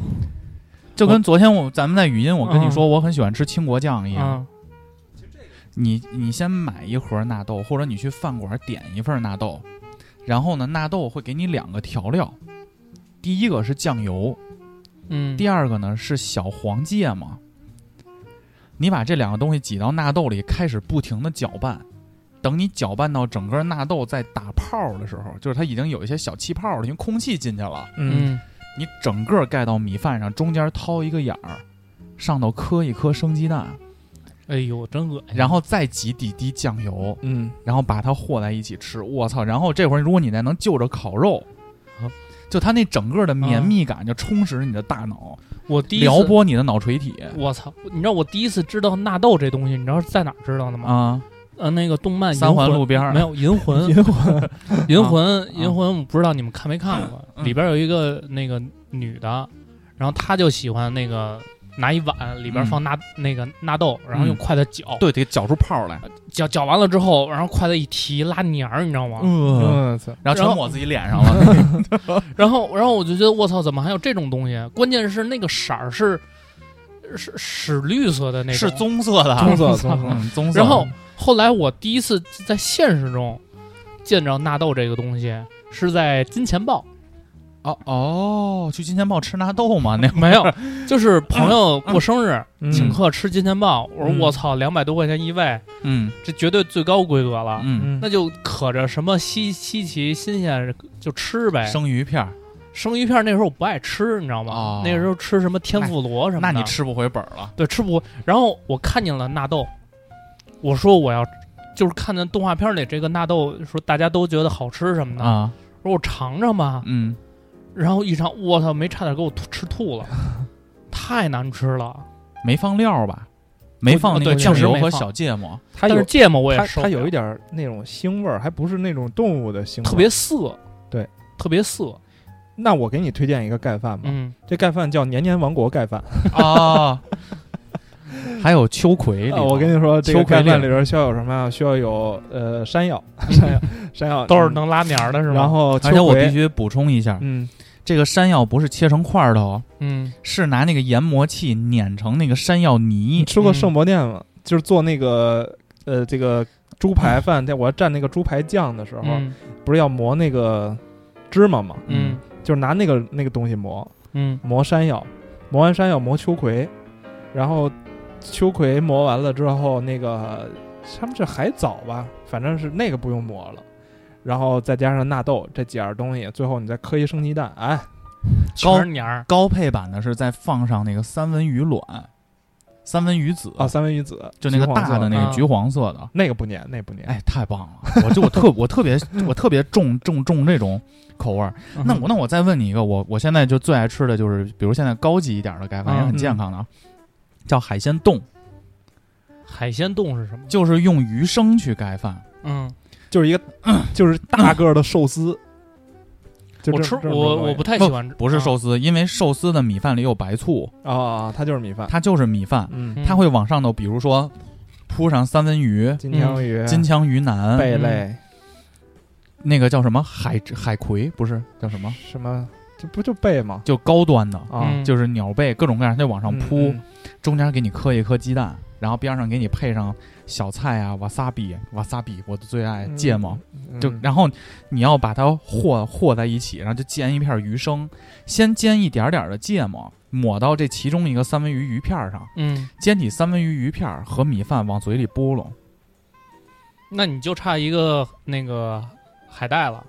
S3: 就跟昨天我咱们在语音我
S5: 嗯
S3: 跟你说我很喜欢吃倾国酱一样。
S5: 啊！
S3: 你你先买一盒纳豆，或者你去饭馆点一份纳豆，然后呢，纳豆会给你两个调料，第一个是酱油，
S5: 嗯，
S3: 第二个呢是小黄芥末。你把这两个东西挤到纳豆里，开始不停的搅拌。等你搅拌到整个纳豆在打泡的时候，就是它已经有一些小气泡了，因为空气进去了。
S4: 嗯，
S5: 嗯
S3: 你整个盖到米饭上，中间掏一个眼儿，上头磕一颗生鸡蛋，
S5: 哎呦，真恶心。
S3: 然后再挤几滴酱油，
S4: 嗯，
S3: 然后把它和在一起吃。我操！然后这会儿如果你再能就着烤肉，
S5: 嗯
S3: 就它那整个的绵密感就充实你的大脑，
S5: 我嗯第一
S3: 撩
S5: 次，
S3: 拨你的脑垂体
S5: 我操！你知道我第一次知道纳豆这东西，你知道是在哪儿知道的吗？
S3: 啊！
S5: 呃，那个动漫《
S3: 三环
S5: 银魂
S3: 路边儿
S5: 没有《银 魂》，《
S4: 银魂，
S5: 银魂》《
S3: 啊
S5: 银魂》，我不知道你们看没看过，
S3: 嗯
S5: 里边有一个那个女的，然后她就喜欢那个拿一碗里边放纳那个纳豆，然后用
S3: 嗯
S5: 筷子搅，
S3: 对，得搅出泡来，
S5: 搅搅完了之后，然后筷子一提拉黏儿，你知道吗？
S3: 嗯，
S4: 我操，
S3: 然后
S5: 然
S3: 全
S5: 后
S3: 抹自己脸上了。
S5: 然后，然后我就觉得我操，怎么还有这种东西？关键是那个色儿是是屎绿色 的那种，
S3: 是棕色的，
S4: 棕色棕
S5: 啊
S4: 色，
S3: 嗯，棕色。
S5: 然后后来我第一次在现实中见着纳豆这个东西，是在金钱豹，
S3: 哦哦，去金钱豹吃纳豆嘛？ 那
S5: 没有，就是朋友
S3: 嗯
S5: 过生日、请
S4: 嗯
S5: 客吃金钱豹，我说
S4: 嗯
S5: 我操，两百多块钱一位，
S3: 嗯
S5: 这绝对最高规格了。
S3: 嗯，
S5: 那就可着什么稀稀奇新鲜就吃呗，生
S3: 嗯生鱼片儿，
S5: 鱼片那时候我不爱吃，你知道吗？
S3: 哦
S5: 那时候吃什么天妇罗什么
S3: 那
S5: 的，
S3: 你吃不回本儿了。
S5: 对，吃不。然后我看见了纳豆，我说我要，就是看见动画片里这个纳豆，说大家都觉得好吃什么的，
S3: 啊，
S5: 我说我尝尝吧。
S3: 嗯，
S5: 然后一尝，我操，没差点给我吐吃吐了，太难吃了。
S3: 没放料吧？没放那
S5: 对
S3: 个酱
S5: 确实
S3: 油
S5: 没
S3: 和
S5: 放
S3: 小芥末，
S4: 它
S5: 但是
S4: 有
S5: 芥末我也
S4: 它
S5: 受
S4: 它
S5: 不
S4: 有
S5: 了
S4: 一点儿那种腥味儿，还不是那种动物的腥味儿，
S5: 特别涩，
S4: 对，
S5: 特别涩。
S4: 那我给你推荐一个盖饭吧，
S5: 嗯，
S4: 这盖饭叫年年王国盖饭。
S3: 啊，还有秋葵里
S4: 啊，
S3: 头，
S4: 我跟你 说，这个
S3: 秋葵
S4: 盖饭
S3: 粒
S4: 里边需要有什么呀？需要有呃山 药，山药，山药
S5: 都是
S4: 嗯
S5: 能拉黏儿的是吗？
S4: 然后秋
S3: 而且我
S4: 葵
S3: 必须补充一下，
S4: 嗯，
S3: 这个山药不是切成块儿的哦，
S5: 嗯，
S3: 是拿那个研磨器碾成那个山药
S4: 你
S3: 泥。
S4: 吃过
S5: 嗯
S4: 圣伯店吗？就是做那个呃这个猪排饭店，我蘸那个猪排酱的时候，
S5: 嗯
S4: 不是要磨那个芝麻吗？
S5: 嗯
S4: 就是拿那个那个东西磨
S5: 嗯
S4: 磨山药，磨完山药磨秋葵，然后秋葵磨完了之后，那个他们是海藻吧，反正是那个不用磨了。然后再加上纳豆这几样东西，最后你再磕一生鸡蛋，哎，
S5: 全是黏儿，
S3: 高配版的是再放上那个三文鱼卵、三文鱼子
S4: 啊，三文鱼子，
S3: 就那个
S4: 橘黄
S3: 大
S4: 色
S3: 的那
S5: 啊
S3: 个橘黄色的。
S4: 那个不粘，那个不粘。
S3: 哎，太棒了！我就我特我特别我特别重重重这种口味
S5: 嗯
S3: 儿。那我那我再问你一个，我我现在就最爱吃的就是，比如现在高级一点的盖饭也
S5: 嗯
S3: 很健康的啊，叫海鲜冻，
S5: 海鲜冻是什么？
S3: 就是用鱼生去盖饭。
S5: 嗯，
S4: 就是 一个、就是大个儿的寿司。就
S5: 我
S4: 这
S5: 吃
S4: 这种
S5: 我
S4: 东西
S5: 我不太喜欢吃，
S3: 不是寿
S5: 啊，
S3: 司，因为寿司的米饭里有白醋，
S4: 啊啊，它就是米饭。
S3: 它就是米饭，
S4: 嗯，
S5: 嗯
S3: 它会往上头，比如说铺上三文鱼、
S4: 金枪鱼、
S3: 嗯金枪鱼腩，
S4: 贝类，
S3: 那个叫什么海海葵，不是叫什么，
S4: 什么这不就贝吗？
S3: 就高端的，
S4: 啊，
S5: 嗯
S3: 就是鸟贝，各种各样，它就往上
S4: 嗯
S3: 铺，
S4: 嗯
S3: 中间给你磕一颗鸡蛋，然后边上给你配上小菜啊，wasabi，wasabi，我的最爱
S4: 嗯
S3: 哎芥末。
S4: 嗯
S3: 就然后你要把它和和在一起，然后就煎一片鱼生，先煎一点点的芥末，抹到这其中一个三文鱼鱼片儿上，
S5: 嗯，
S3: 煎起三文鱼鱼片儿和米饭往嘴里拨弄。
S5: 那你就差一个那个海带了，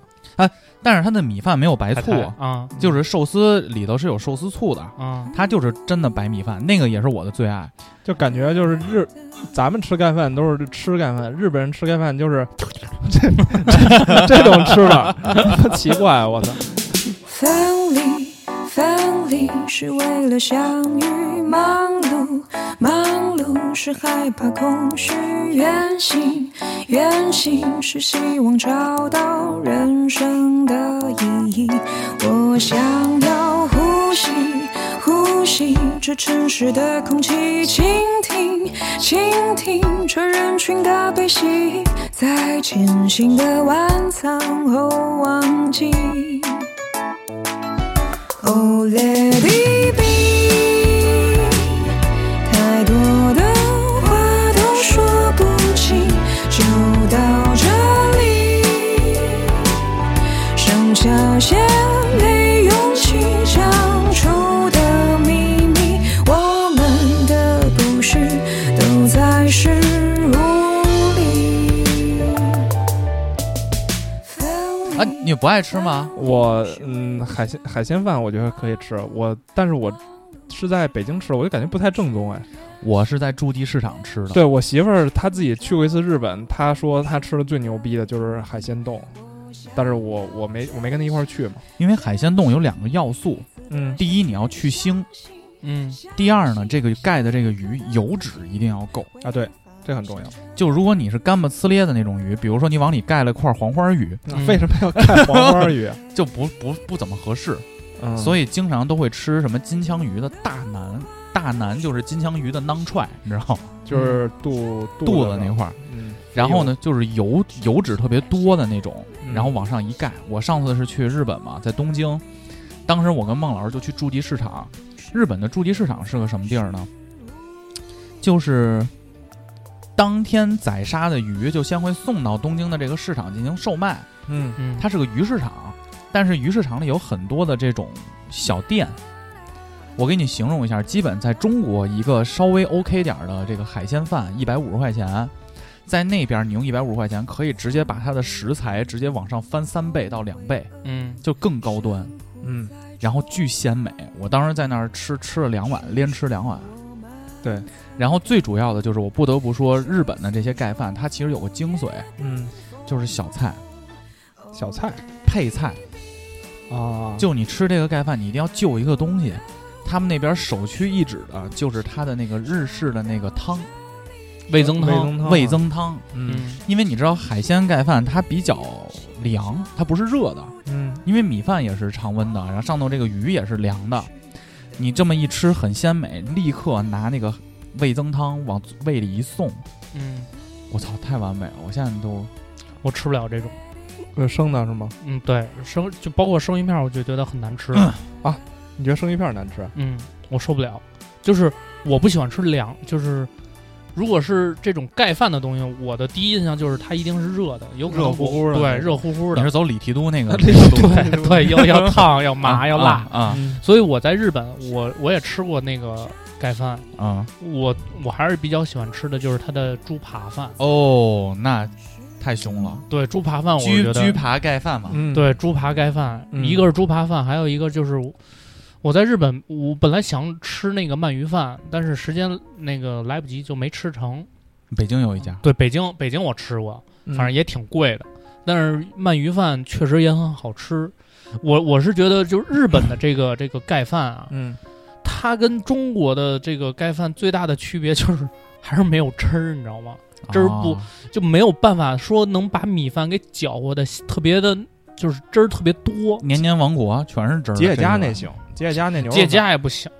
S3: 但是它的米饭没有白
S5: 海
S3: 醋，
S5: 苔啊
S3: 就是寿司里头是有寿司醋的，
S5: 啊，
S3: 它就是真的白米饭，那个也是我的最爱。
S4: 就感觉就是日，咱们吃盖饭都是吃盖饭，日本人吃盖饭就是 这这这种吃法， 奇怪，我操！
S6: 分离，分离是为了相遇；忙碌，忙碌是害怕空虚；远行，远行是希望找到人生的意义。我想要呼吸，呼吸这城市的空气，倾听，倾听这人群的悲喜，在前行的晚餐后忘记。Oh let it be，太多的话都说不清，就到这里。剩下些没勇气讲出的秘密，我们的不是都在食物里。
S3: 啊，你不爱吃吗？
S4: 我嗯，海鲜海鲜饭我觉得可以吃，我但是我是在北京吃，我就感觉不太正宗哎。
S3: 我是在驻地市场吃的。
S4: 对我媳妇儿她自己去过一次日本，她说她吃的最牛逼的就是海鲜冻，但是我我没我没跟她一块儿去嘛。
S3: 因为海鲜冻有两个要素，
S4: 嗯，
S3: 第一你要去腥，
S5: 嗯
S3: 第二呢，这个盖的这个鱼油脂一定要够。
S4: 啊对，这很重要。
S3: 就如果你是干巴呲咧的那种鱼，比如说你往里盖了块黄花鱼，
S5: 嗯
S4: 为什么要看黄花鱼？
S3: 就不不不怎么合适，
S4: 嗯，
S3: 所
S4: 以
S3: 以经常都会吃什么金枪鱼的大腩，大腩就是金枪鱼的囊踹，你知道吗？
S4: 就是嗯肚
S3: 肚
S4: 子
S3: 子那
S4: 儿，
S3: 块儿。
S4: 嗯，
S3: 然后呢，就是油油脂特别多的那种，
S4: 嗯
S3: 然后往上一盖。我上次是去日本嘛，在东京，当时我跟孟老师就去驻地市场。日本的驻地市场是个什么地儿呢？就是当天宰杀的鱼就先会送到东京的这个市场进行售卖，
S4: 嗯，
S5: 嗯，
S3: 它是个鱼市场，但是鱼市场里有很多的这种小店。我给你形容一下，基本在中国一个稍微 OK 点儿的这个海鲜饭，一百五十块钱，在那边你用一百五十块钱可以直接把它的食材直接往上翻三倍到两倍，
S5: 嗯
S3: 就更高端，
S4: 嗯，
S3: 然后巨鲜美。我当时在那儿吃吃了两碗，连吃两碗。
S4: 对，
S3: 然后最主要的就是我不得不说，日本的这些盖饭它其实有个精髓，
S4: 嗯，
S3: 就是小菜
S4: 小菜
S3: 配菜。
S4: 啊，
S3: 就你吃这个盖饭，你一定要就一个东西。他们那边首屈一指的就是它的那个日式的那个汤，
S5: 味增
S4: 味
S5: 汤，
S4: 增汤，
S3: 味，增汤。
S4: 嗯
S5: 嗯
S3: 因为你知道海鲜盖饭它比较凉，它不是热的，
S4: 嗯，
S3: 因为米饭也是常温的，然后上头这个鱼也是凉的。你这么一吃很鲜美，立刻拿那个味增汤往胃里一送，
S5: 嗯，
S3: 我操，太完美了！我现在都
S5: 我吃不了这种，
S4: 呃生的是吗？
S5: 嗯，对，生就包括生鱼片儿，我就觉得很难吃，
S4: 嗯你觉得生鱼片难吃？啊
S5: 嗯，我受不了，就是我不喜欢吃凉，就是如果是这种盖饭的东西，我的第一印象就是它一定是热的，有可能
S4: 热乎乎的
S5: 我
S4: 那种
S5: 对，热乎乎
S3: 你
S5: 的
S3: 是，走李提督那 个
S4: 对
S3: 路
S5: 对对，要要烫，
S4: 嗯
S5: 要麻，要辣。
S3: 啊
S5: 所以我在日本，我我也吃过那个盖饭，
S3: 啊啊！
S5: 我我还是比较喜欢吃的就是它的猪扒饭。
S3: 哦，那太凶了，
S5: 对，猪扒饭我
S3: 居
S5: 觉
S3: 居
S5: 得
S3: 扒盖饭嘛，
S4: 嗯，
S5: 对猪扒盖饭，
S4: 嗯
S5: 一个是猪扒饭，还有一个就是我我在日本，我本来想吃那个鳗鱼饭，但是时间那个来不及就没吃成。
S3: 北京有一家，
S5: 对，北京北京我吃过，
S4: 嗯，
S5: 反正也挺贵的。但是鳗鱼饭确实也很好吃，我我是觉得就是日本的这个这个盖饭啊，
S4: 嗯，
S5: 它跟中国的这个盖饭最大的区别就是 还是没有汁儿，你知道吗？汁儿不
S3: 哦
S5: 就没有办法说能把米饭给搅和的特别的，就是汁儿特别多。
S3: 年年王国全是汁儿。
S4: 吉野家那
S3: 些
S4: 行，吉野家那牛肉
S5: 吉野
S4: 饭
S5: 家也不行，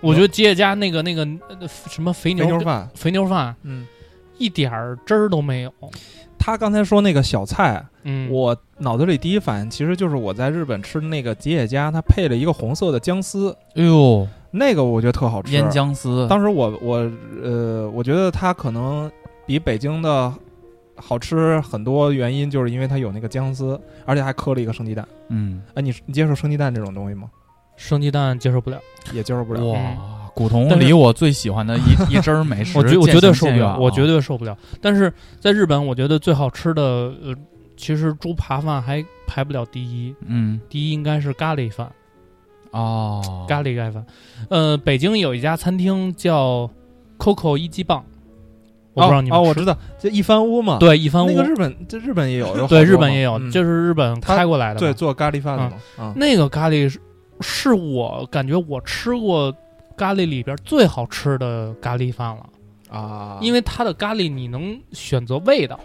S5: 我觉得吉野家那个那个呃什么肥
S4: 肥
S5: 牛
S4: 牛饭，
S5: 肥牛饭
S4: 嗯，
S5: 一点儿汁儿都没有。
S4: 他刚才说那个小菜，
S5: 嗯，
S4: 我脑子里第一反应其实就是我在日本吃那个吉野家，它配了一个红色的姜丝，
S3: 哎呦，
S4: 那个我觉得特好吃。
S3: 腌姜丝，
S4: 当时我我呃，我觉得它可能比北京的好吃很多，原因就是因为它有那个姜丝，而且还磕了一个生鸡蛋。
S3: 嗯，
S4: 哎、你你接受生鸡蛋这种东西吗？
S5: 生鸡蛋接受不了，
S4: 也接受不了。
S3: 哇，古潼
S5: 但是
S3: 离我最喜欢的 一一汁儿美食，
S5: 哎我绝我
S3: 渐
S5: 绝对
S3: 行
S5: 受不
S3: 渐远
S5: 了，我绝
S3: 啊
S5: 对受不了。但是在日本，我觉得最好吃的呃，其实猪扒饭还排不了第一，
S3: 嗯
S5: 第一应该是咖喱饭。
S3: 哦，
S5: 咖喱盖饭。呃，北京有一家餐厅叫 Coco 一级棒，呃我不知道你们
S4: 哦
S5: 吃、
S4: 哦，我知道，这一番屋嘛，，
S5: 对一番
S4: 那
S5: 屋，
S4: 个日本这日本也有，有
S5: 对
S4: 好多
S5: 日本
S4: 嘛
S5: 也有，
S4: 嗯
S5: 就是嗯日本
S4: 它
S5: 开过来的嘛。
S4: 对做咖喱饭的嘛，啊，
S5: 那个咖喱是是我感觉我吃过咖喱里边最好吃的咖喱饭了，
S4: 啊，
S5: 因
S4: 为
S5: 为它的咖喱你能选择味道，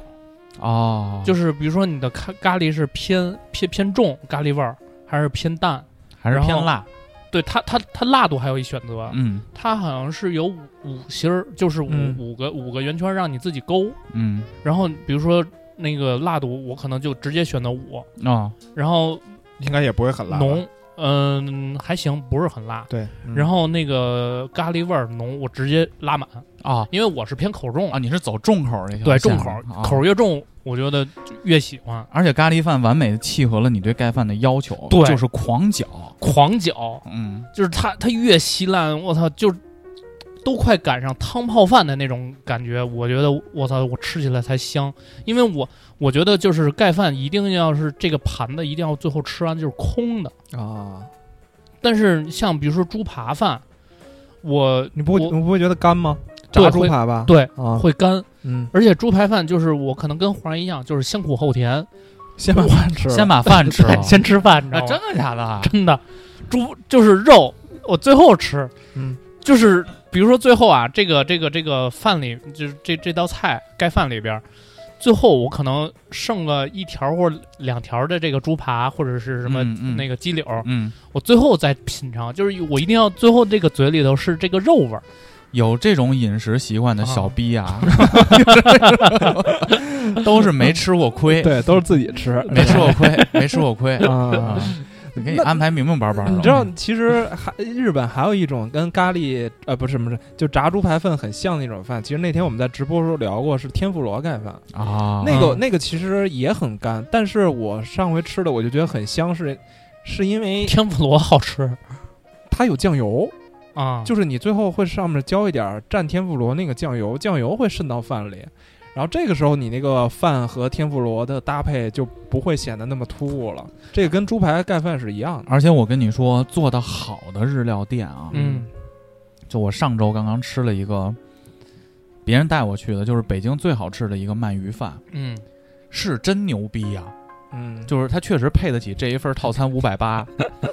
S3: 哦，
S5: 就是比如说你的咖咖喱是偏偏偏重咖喱味儿，还是偏淡。
S3: 还是
S5: 然后
S3: 偏辣，
S5: 对它，它它辣度还有一选择，
S3: 嗯
S5: 它好像是有五五星儿，就是五、
S4: 嗯
S5: 五个五个圆圈让你自己勾。
S3: 嗯
S5: 然后比如说那个辣度，我可能就直接选择五，
S3: 哦，
S5: 然后
S4: 应该也不会很辣吧，
S5: 浓，嗯、还行，不是很辣。
S4: 对，嗯
S5: 然后那个咖喱味儿浓，我直接拉满，
S3: 啊
S5: 因为我是偏口重，
S3: 啊！你是走重口儿那条
S5: 对
S3: 线
S5: 重
S3: 儿
S5: 口，
S3: 啊
S5: 口越重，我觉得就越喜欢。
S3: 而且咖喱饭完美的契合了你对盖饭的要求，
S5: 对
S3: 就是狂搅，
S5: 狂搅，
S3: 嗯，
S5: 就是它它越稀烂，我操，就都快赶上汤泡饭的那种感觉。我觉得我操，我吃起来才香，因为我我觉得就是盖饭一定要是这个盘子一定要最后吃完就是空的。
S4: 啊，
S5: 但是像比如说猪扒饭，我
S4: 你不会
S5: 我
S4: 你不会觉得干吗？
S5: 对
S4: 炸猪
S5: 会
S4: 排吧，
S5: 对
S4: 啊，
S5: 会干，
S4: 嗯，
S5: 而且猪排饭就是我可能跟黄然一样，就是先苦后甜，
S4: 先把饭吃了，
S3: 先把饭吃了，
S5: 先吃饭，你知道
S3: 啊
S5: 吗？
S3: 真的假的？
S5: 真的，猪就是肉，我最后吃，
S4: 嗯，
S5: 就是比如说最后啊，这个这个这个饭里，就是这这道菜盖饭里边儿，最后我可能剩了一条或者两条的这个猪扒或者是什么
S3: 嗯嗯
S5: 那个鸡柳儿，
S3: 嗯，
S5: 我最后再品尝，就是我一定要最后这个嘴里头是这个肉味儿，
S3: 有这种饮食习惯的小逼 啊，都是没吃过亏，
S4: 对，都是自己吃，
S3: 没吃过亏，没吃过亏
S4: 啊
S3: 啊。！你给你安排明明白白的，
S4: 嗯你知道，其实还日本还有一种跟咖喱，呃，不是不是，就炸猪排饭很像的一种饭。其实那天我们在直播时候聊过，是天妇罗盖饭，
S3: 啊？
S4: 那个
S5: 嗯
S4: 那个其实也很干，但是我上回吃的我就觉得很香，是是因
S3: 嗯
S4: 为
S5: 天妇罗好 吃
S4: 它有酱油，
S5: 啊，
S4: 就是你最后会上面浇一点儿蘸天妇罗那个酱油，酱油会渗到饭里。然后这个时候，你那个饭和天妇罗的搭配就不会显得那么突兀了。这个跟猪排盖饭是一样的。
S3: 而且我跟你说，做的好的日料店啊，
S5: 嗯
S3: 就我上周刚刚吃了一个，别人带我去的，就是北京最好吃的一个鳗鱼饭，
S5: 嗯，
S3: 是真牛逼呀、
S4: 嗯，就
S3: 就是它确实配得起这一份套餐五百八，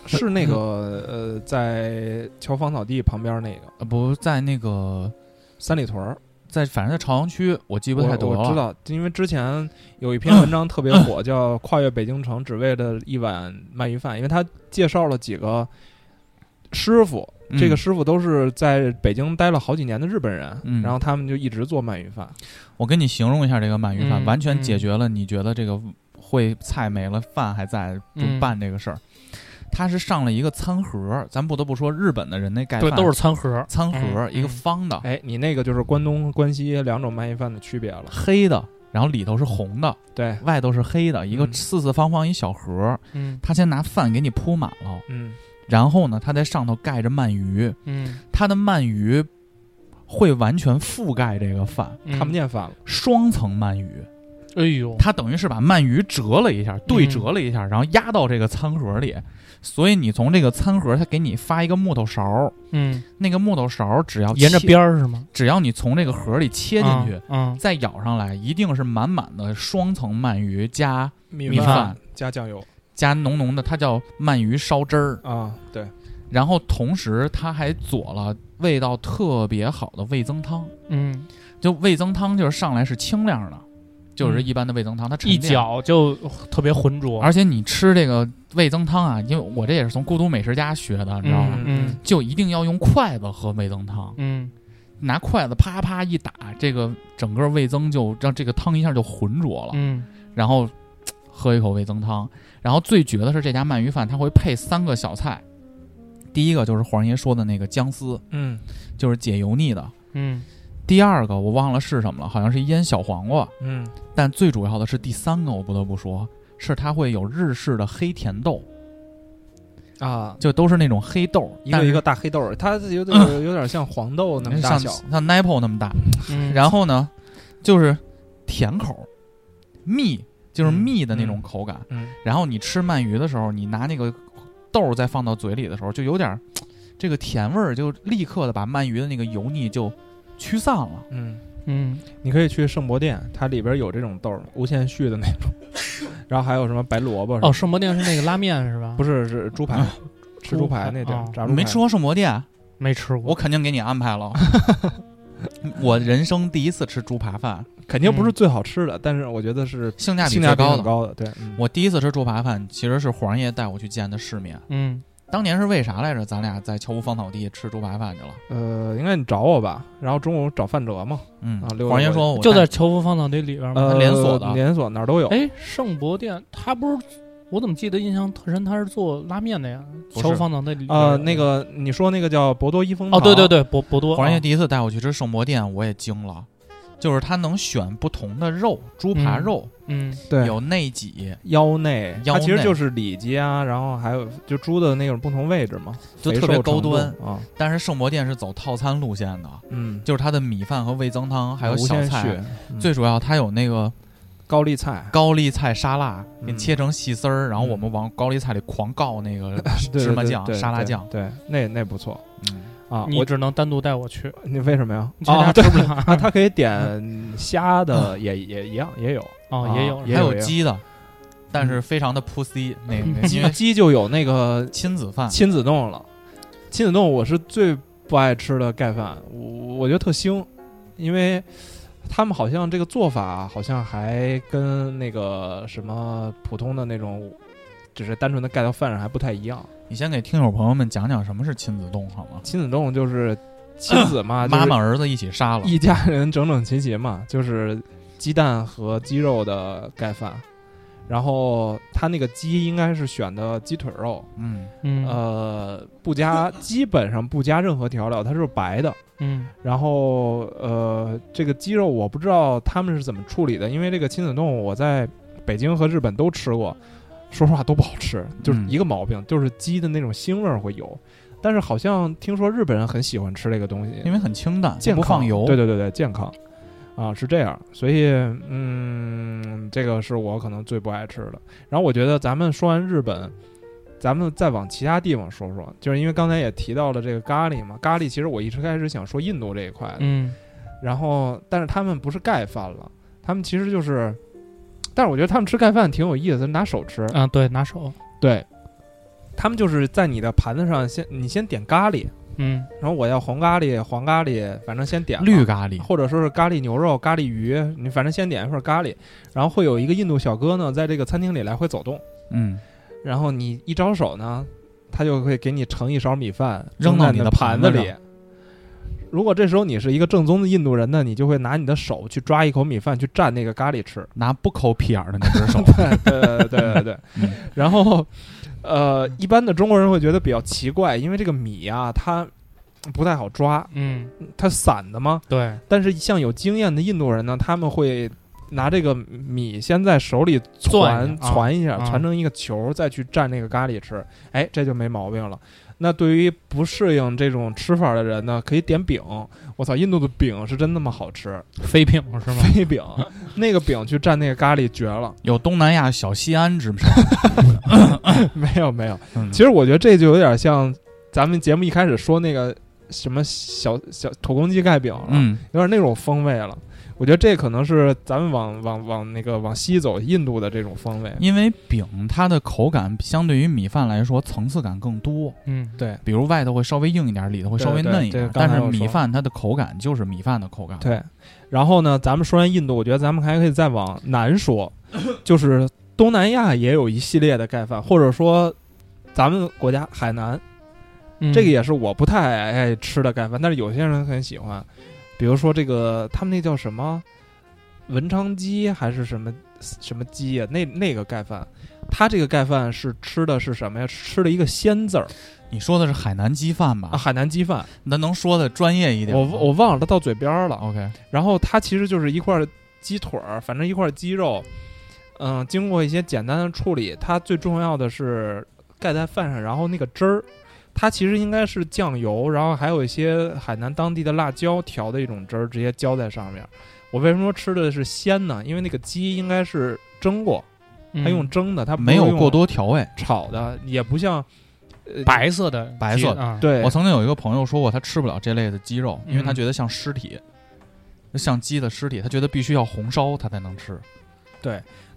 S4: 是那个呃，在乔芳草地旁边那个
S3: 呃不在那个
S4: 三里屯儿，
S3: 在反正在朝阳区，我记不太得
S4: 我
S3: 了。啊
S4: 我知道，因为之前有一篇文章特别 火，叫《跨越北京城只为了一碗鳗鱼饭》，因为他介绍了几个师傅，
S3: 嗯
S4: 这个师傅都是在北京待了好几年的日本人，
S3: 嗯
S4: 然后他们就一直做鳗鱼饭。
S3: 我跟你形容一下这个鳗鱼饭，
S5: 嗯
S3: 完全解决了你觉得这个会菜没了，饭还在就
S5: 嗯
S3: 办这个事儿。它是上了一个餐盒，咱不得不说日本的人那盖
S5: 对，
S3: 饭
S5: 都是餐盒，
S3: 餐盒，
S4: 嗯
S3: 一个方的、
S4: 哎，你那个就是关东、关西两种鳗鱼饭的区别了。
S3: 黑的，然后里头是红的，
S4: 对，
S3: 外头是黑的，一个
S4: 嗯
S3: 四四方方一小盒，
S5: 嗯
S3: 他先拿饭给你铺满了，
S4: 嗯，
S3: 然后呢，他在上头盖着鳗鱼，
S5: 嗯，
S3: 他的鳗鱼会完全覆盖这个饭，
S5: 嗯
S4: 看不。见饭了。
S3: 双层鳗鱼，
S5: 哎呦，
S3: 它等于是把鳗鱼折了一下，
S5: 嗯
S3: 对折了一下，然后压到这个餐盒里，所以你从这个餐盒，它给你发一个木头勺，
S5: 嗯，
S3: 那个木头勺只要
S5: 沿着
S3: 切
S5: 边儿是吗？
S3: 只要你从这个盒里切进去。
S5: 嗯，嗯，
S3: 再咬上来，一定是满满的双层鳗鱼加
S4: 米
S3: 米饭
S4: 加酱油
S3: 加浓浓的，它叫鳗鱼烧汁儿。
S4: 啊，对，
S3: 然后同时它还佐了味道特别好的味增汤，
S5: 嗯，
S3: 就味增汤就是上来是清亮的，就是
S5: 嗯
S3: 一般的味增汤，它沉
S5: 一
S3: 淀
S5: 搅就特别浑浊，
S3: 而且你吃这个味增汤啊，因为我这也是从孤独美食家学的，你知道吗？
S5: 嗯嗯
S3: 就一定要用筷子喝味增汤，
S5: 嗯
S3: 拿筷子啪啪一打，这个整个味增就让这个汤一下就浑浊了。
S5: 嗯
S3: 然后嘖喝一口味增汤，然后最绝的是这家鳗鱼饭，它会配三个小菜，第一个就是黄爷说的那个姜丝，
S4: 嗯
S3: 就是解油腻的。
S5: 嗯
S3: 第二个我忘了是什么了，好像是腌小黄瓜，
S4: 嗯
S3: 但最主要的是第三个，我不得不说，是它会有日式的黑甜豆，
S4: 啊，
S3: 就都是那种黑豆，
S4: 一
S3: 但
S4: 个
S3: 是
S4: 一个大黑豆儿，它有点有点像黄豆那么大
S3: 像
S4: 小。
S3: 像 Nipple 那么大。
S5: 嗯，
S3: 然后呢，就是甜口，蜜就是
S4: 嗯
S3: 蜜的那
S4: 嗯
S3: 种口感。
S4: 嗯
S3: 然后你吃鳗鱼的时候，你拿那个豆儿再放到嘴里的时候，就有点儿这个甜味儿，就立刻的把鳗鱼的那个油腻就驱散了。
S4: 嗯，
S5: 嗯
S4: 你可以去圣博店，它里边有这种豆儿，无限续的那种， 然后还有什么白萝卜什么
S5: 哦，圣博店是那个拉面是吧？
S4: 不
S5: 是，
S4: 是是猪排，吃猪排那地儿
S5: 哦，
S4: 炸
S3: 你
S4: 猪排。
S3: 没吃过圣魔店，
S5: 没吃过，
S3: 我肯定给你安排 了。我人生第一次吃猪扒饭，
S4: 肯定不是最好吃的，但是我觉得是
S3: 性价比
S4: 性
S3: 最
S4: 价比
S3: 高
S4: 很
S3: 的。
S4: 高的。对，嗯
S3: 我第一次吃猪扒饭，其实是黄爷带我去见的世面。
S5: 嗯
S3: 当年是为啥来着？咱俩在樵夫芳草地吃猪扒饭去了。
S4: 呃，应该你找我吧，然后中午找范哲嘛，
S3: 嗯
S4: 啊溜达
S3: 黄爷
S4: 过去
S3: 说我
S5: 就
S3: 带
S5: 在球服方草那里边吗？
S4: 呃，
S3: 连锁的
S4: 连锁哪儿都有。
S5: 哎，圣博店它不是，我怎么记得印象特深，它是做拉面的呀？
S3: 不是
S5: 球服方草那里边
S4: 呃，那个啊你说那个叫博多一风
S5: 哦，
S4: 堂
S5: 对对，对，博博多
S3: 黄爷
S5: 啊
S3: 第一次带我去吃圣魔店，我也惊了，就是他能选不同的肉，猪扒肉、
S5: 嗯
S4: 对
S3: 有内脊，
S4: 腰内，
S3: 腰
S4: 它其实
S3: 内
S4: 就是里脊啊，然后还有就猪的那种不同位置嘛，
S3: 就
S4: 肥
S3: 特别
S4: 瘦
S3: 高
S4: 程度
S3: 端。
S4: 啊，
S3: 但是圣魔店是走套餐路线的，
S4: 嗯，
S3: 就是它的米饭和味增汤，还有
S4: 无
S3: 小
S4: 限续
S3: 菜。，嗯最主要它有那个
S4: 高丽菜，
S3: 高丽菜沙拉，
S4: 嗯
S3: 给你切成细丝儿，然后我们往高丽菜里狂告那 个
S4: 对
S3: 芝麻
S4: 对
S3: 酱
S4: 对、
S3: 沙拉
S4: 对
S3: 酱。
S4: 对，那那不错
S3: 嗯
S4: 啊。
S5: 你
S4: 我
S5: 只能单独带我去，
S4: 你为什么呀？
S5: 你去
S4: 啊，
S5: 他
S4: 对
S5: 家吃不了
S4: 啊，它可以点 虾的，也也一样，也有。
S5: 哦，
S4: 啊
S5: 也有
S4: 也
S3: 还
S4: 有嗯
S3: 有鸡的，但是非常的 pussy 那个，因
S4: 鸡
S3: 为啊
S4: 鸡就有那个
S3: 亲子饭。
S4: 亲子冻了，亲子冻我是最不爱吃的盖饭，我我觉得特腥，因为他们好像这个做法好像还跟那个什么普通的那种，只是单纯的盖到饭上还不太一样。
S3: 你先给听友朋友们讲讲什么是亲子冻好吗？
S4: 亲子冻就是亲 子嘛，啊就是
S3: 妈妈儿子一起杀了，
S4: 一家人整整齐齐嘛，就是鸡蛋和鸡肉的盖饭。然后他那个鸡应该是选的鸡腿肉，
S3: 嗯，
S5: 嗯
S4: 呃，不加基本上不加任何调料，它是白的。
S5: 嗯
S4: 然后呃，这个鸡肉我不知道他们是怎么处理的，因为这个亲子冻我在北京和日本都吃过，说实话都不好吃，就是
S3: 嗯
S4: 一个毛病，就是鸡的那种腥味儿会有。但是好像听说日本人很喜欢吃这个东西，
S3: 因为很清淡，
S4: 健
S3: 不
S4: 康
S3: 放油。
S4: 对对对对，健康啊是这样，所以嗯，这个是我可能最不爱吃的。然后我觉得咱们说完日本，咱们再往其他地方说说，就是因为刚才也提到了这个咖喱嘛，咖喱其实我一直开始想说印度这一块的，
S5: 嗯
S4: 然后但是他们不是盖饭了，他们其实就是，但是我觉得他们吃盖饭挺有意思，拿手吃，
S3: 嗯
S5: 啊，对，拿手，
S4: 对。他们就是在你的盘子上先，你先点咖喱，
S5: 嗯
S4: 然后我要红咖喱、黄咖喱，反正先点吧
S3: 绿咖喱，
S4: 或者说是咖喱牛肉、咖喱鱼，你反正先点一份咖喱，然后会有一个印度小哥呢，在这个餐厅里来回走动，
S3: 嗯，
S4: 然后你一招手呢，他就会给你盛一勺米饭
S3: 扔
S4: 到
S3: 到你
S4: 你的
S3: 的
S4: 盘
S3: 盘
S4: 子
S3: 子
S4: 里。如果这时候你是一个正宗的印度人呢，你就会拿你的手去抓一口米饭去蘸那个咖喱 吃。
S3: 拿不抠屁眼儿的那只手，
S4: 对对对对对
S3: 嗯。
S4: 然后，呃，一般的中国人会觉得比较奇怪，因为这个米啊，它不太好抓，
S5: 嗯，
S4: 它散的嘛。
S5: 对，
S4: 但是像有经验的印度人呢，他们会拿这个米先在手里攒
S5: 攥一下啊
S4: 攒一下，
S5: 啊
S4: 攒成一个球，再去蘸那个咖喱吃。哎，这就没毛病了。那对于不适应这种吃法的人呢，可以点饼。我操，印度的饼是真那么好吃，
S5: 飞饼是吗？
S4: 黑 饼，那个饼去蘸那个咖喱绝了。
S3: 有东南亚小西安之称。
S4: 没有没有，
S3: 嗯
S4: 其实我觉得 这就有点像咱们节目一开始说那个什么小小土公鸡盖饼了，
S3: 嗯，
S4: 有点那种风味了。我觉得这可能是咱们往往往那个往西走，印度的这种风味。
S3: 因为饼它的口感相对于米饭来说层次感更多，
S5: 嗯，
S4: 对
S3: 比如外头会稍微硬一点，里头会稍微
S4: 对对
S3: 嫩一点
S4: 对，刚
S3: 但
S4: 才
S3: 是
S4: 我说
S3: 米饭它的口感就是米饭的口感。，
S4: 对，然后呢，咱们说完印度，我觉得咱们还可以再往南 说，就是东南亚也有一系列的盖饭，或者说咱们国家海南，
S5: 嗯
S4: 这个也是我不太爱吃的盖饭，但是有些人很喜欢，比如说这个他们那叫什么文昌鸡还是什么什么鸡呀、那那个盖饭，它这个盖饭是吃的是什么呀？吃了一个鲜字儿
S3: 你说的是海南鸡饭
S4: 啊，
S3: 吧？
S4: 海南鸡饭，
S3: 那能说的专业一点
S4: 我
S3: 吗？
S4: 我忘了它到嘴边儿了。
S3: OK，
S4: 然后它其实就是一块鸡腿儿，反正一块鸡肉，嗯、经过一些简单的处理，它最重要的是盖在饭上，然后那个汁儿，它其实应该是酱油，然后还有一些海南当地的辣椒调的一种汁儿，直接浇在上面。我为什么说吃的是鲜呢？因为那个鸡应该是蒸过，它
S5: 嗯
S4: 用蒸的，它不是
S3: 没有
S4: 用
S3: 过多调味。
S4: 炒的，也不像、呃、
S5: 白色的
S3: 白色的
S5: 啊，
S4: 对
S3: 我曾经有一个朋友说过，他吃不了这类的鸡肉，因为他
S5: 嗯
S3: 觉得像尸体，像鸡的尸体，他觉得必须要红烧他才能吃。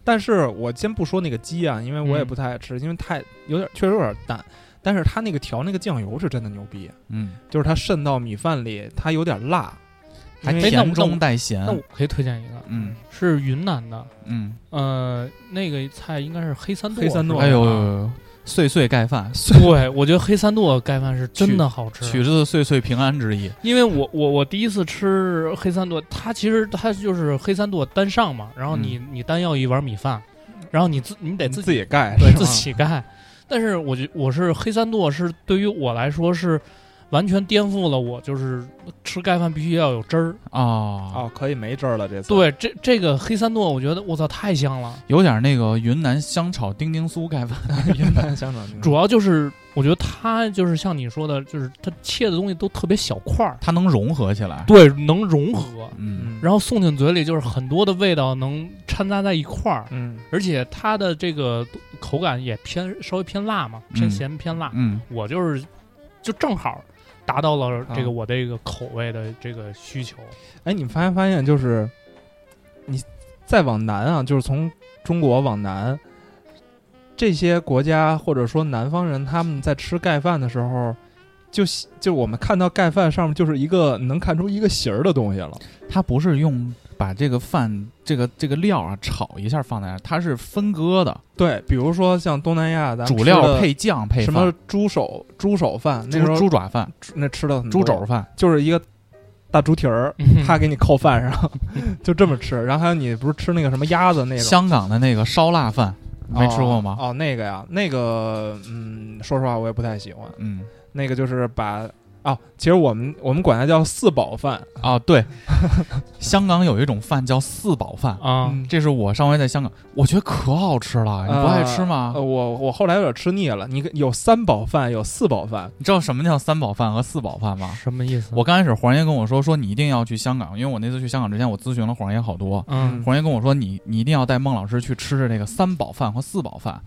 S4: 但是我先不说那个鸡啊，因为我也
S5: 嗯
S4: 不太爱吃，因为太有点确实有点淡。但是它那个调那个酱油是真的牛逼，
S3: 嗯，
S4: 就是它渗到米饭里，它有点辣，
S3: 还
S4: 因为
S5: 哎那我
S3: 甜中带咸
S5: 那。我可以推荐一个，
S3: 嗯
S5: 是云南的，
S3: 嗯，
S5: 呃，那个菜应该是黑三剁，
S4: 黑三剁啊
S3: 哎呦呦
S5: 是吧
S3: 呦呦，碎碎盖饭，
S5: 对，我觉得黑三剁盖饭是真的好
S3: 取
S5: 吃，
S3: 自碎碎平安之意。
S5: 因为我我我第一次吃黑三剁，它其实它就是黑三剁单上嘛，然后你、
S3: 嗯
S5: 你单要一碗米饭，然后你自你得自己
S4: 己盖，
S5: 对
S4: 是
S5: 自
S4: 吧
S5: 己盖，但是我觉我是黑三剁是对于我来说是完全颠覆了我就是吃盖饭必须要有汁儿，
S3: 啊，
S4: 哦，可以没汁儿了这 次。，
S5: 对这这个黑三剁我觉得我操太香了，
S3: 有点那个云南香炒丁丁酥盖饭。
S4: 云 南香肠
S5: 主要就是我觉得它就是像你说的，就是它切的东西都特别小块儿，
S3: 它能融合起来。
S5: 对，能融合，
S3: 嗯，
S5: 然
S4: 后
S5: 后送进嘴里就是很多的味道能掺杂在一块儿，
S4: 嗯，
S5: 而且它的这个口感也偏稍微偏辣嘛，偏
S3: 嗯
S5: 咸偏辣，
S3: 嗯，
S5: 我就是就正好达到了这
S4: 啊
S5: 个我这个口味的这个需求，
S4: 哎，你们发现发现就是，你再往南啊，就是从中国往南，这些国家或者说南方人他们在吃盖饭的时候。就喜就我们看到盖饭上面就是一个能看出一个形儿的东西了，
S3: 它不是用把这个饭这个这个料啊炒一下放在那儿，它是分割的，
S4: 对，比如说像东南亚，咱们
S3: 主
S4: 吃
S3: 料
S4: 的
S3: 配酱配
S4: 什
S3: 饭
S4: 么猪手猪手饭，那时
S3: 猪
S4: 候
S3: 猪爪饭、
S4: 吃那吃的很多
S3: 猪肘饭。
S4: 就是一个大猪蹄儿，
S5: 嗯
S4: 他给你扣饭 上，就这么吃。然后还有你不是吃那个什么鸭子那种，
S3: 香港的那个烧腊饭，
S4: 哦
S3: 没吃过吗？
S4: 哦，那个呀，那个嗯，说实话我也不太喜欢。
S3: 嗯，
S4: 那个就是把哦，其实我们我们管它叫四宝饭，
S3: 啊，对， 香港有一种饭叫四宝饭，
S5: 啊，
S4: 嗯
S3: 这是我上回在香港，我觉得可好吃了，啊你不爱吃吗？
S4: 呃，我我后来有点吃腻了。你有三宝饭，有四宝饭，
S3: 你知道什么叫三宝饭和四宝饭
S4: 嗯
S3: 吗？
S5: 什么意思？
S3: 我刚开始黄爷跟我说说你一定要去香港，因为我那次去香港之前我咨询了黄爷好多，
S5: 嗯
S3: 黄爷跟我说你你一定要带孟老师去吃吃这个三宝饭和四宝饭。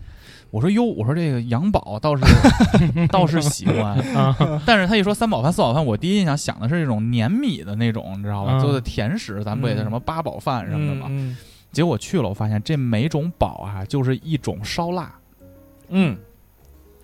S3: 我说哟，我说这个杨宝倒是 倒是喜欢，
S5: 啊
S3: 但是他一说三宝饭四宝饭，我第一印象想的是这种粘米的那种，你知道吧？
S5: 嗯
S3: 做的甜食，咱们不也叫什么八宝饭什么的吗？
S4: 嗯
S3: 结果去了，我发现这每种宝啊，就是一种烧腊，
S4: 嗯，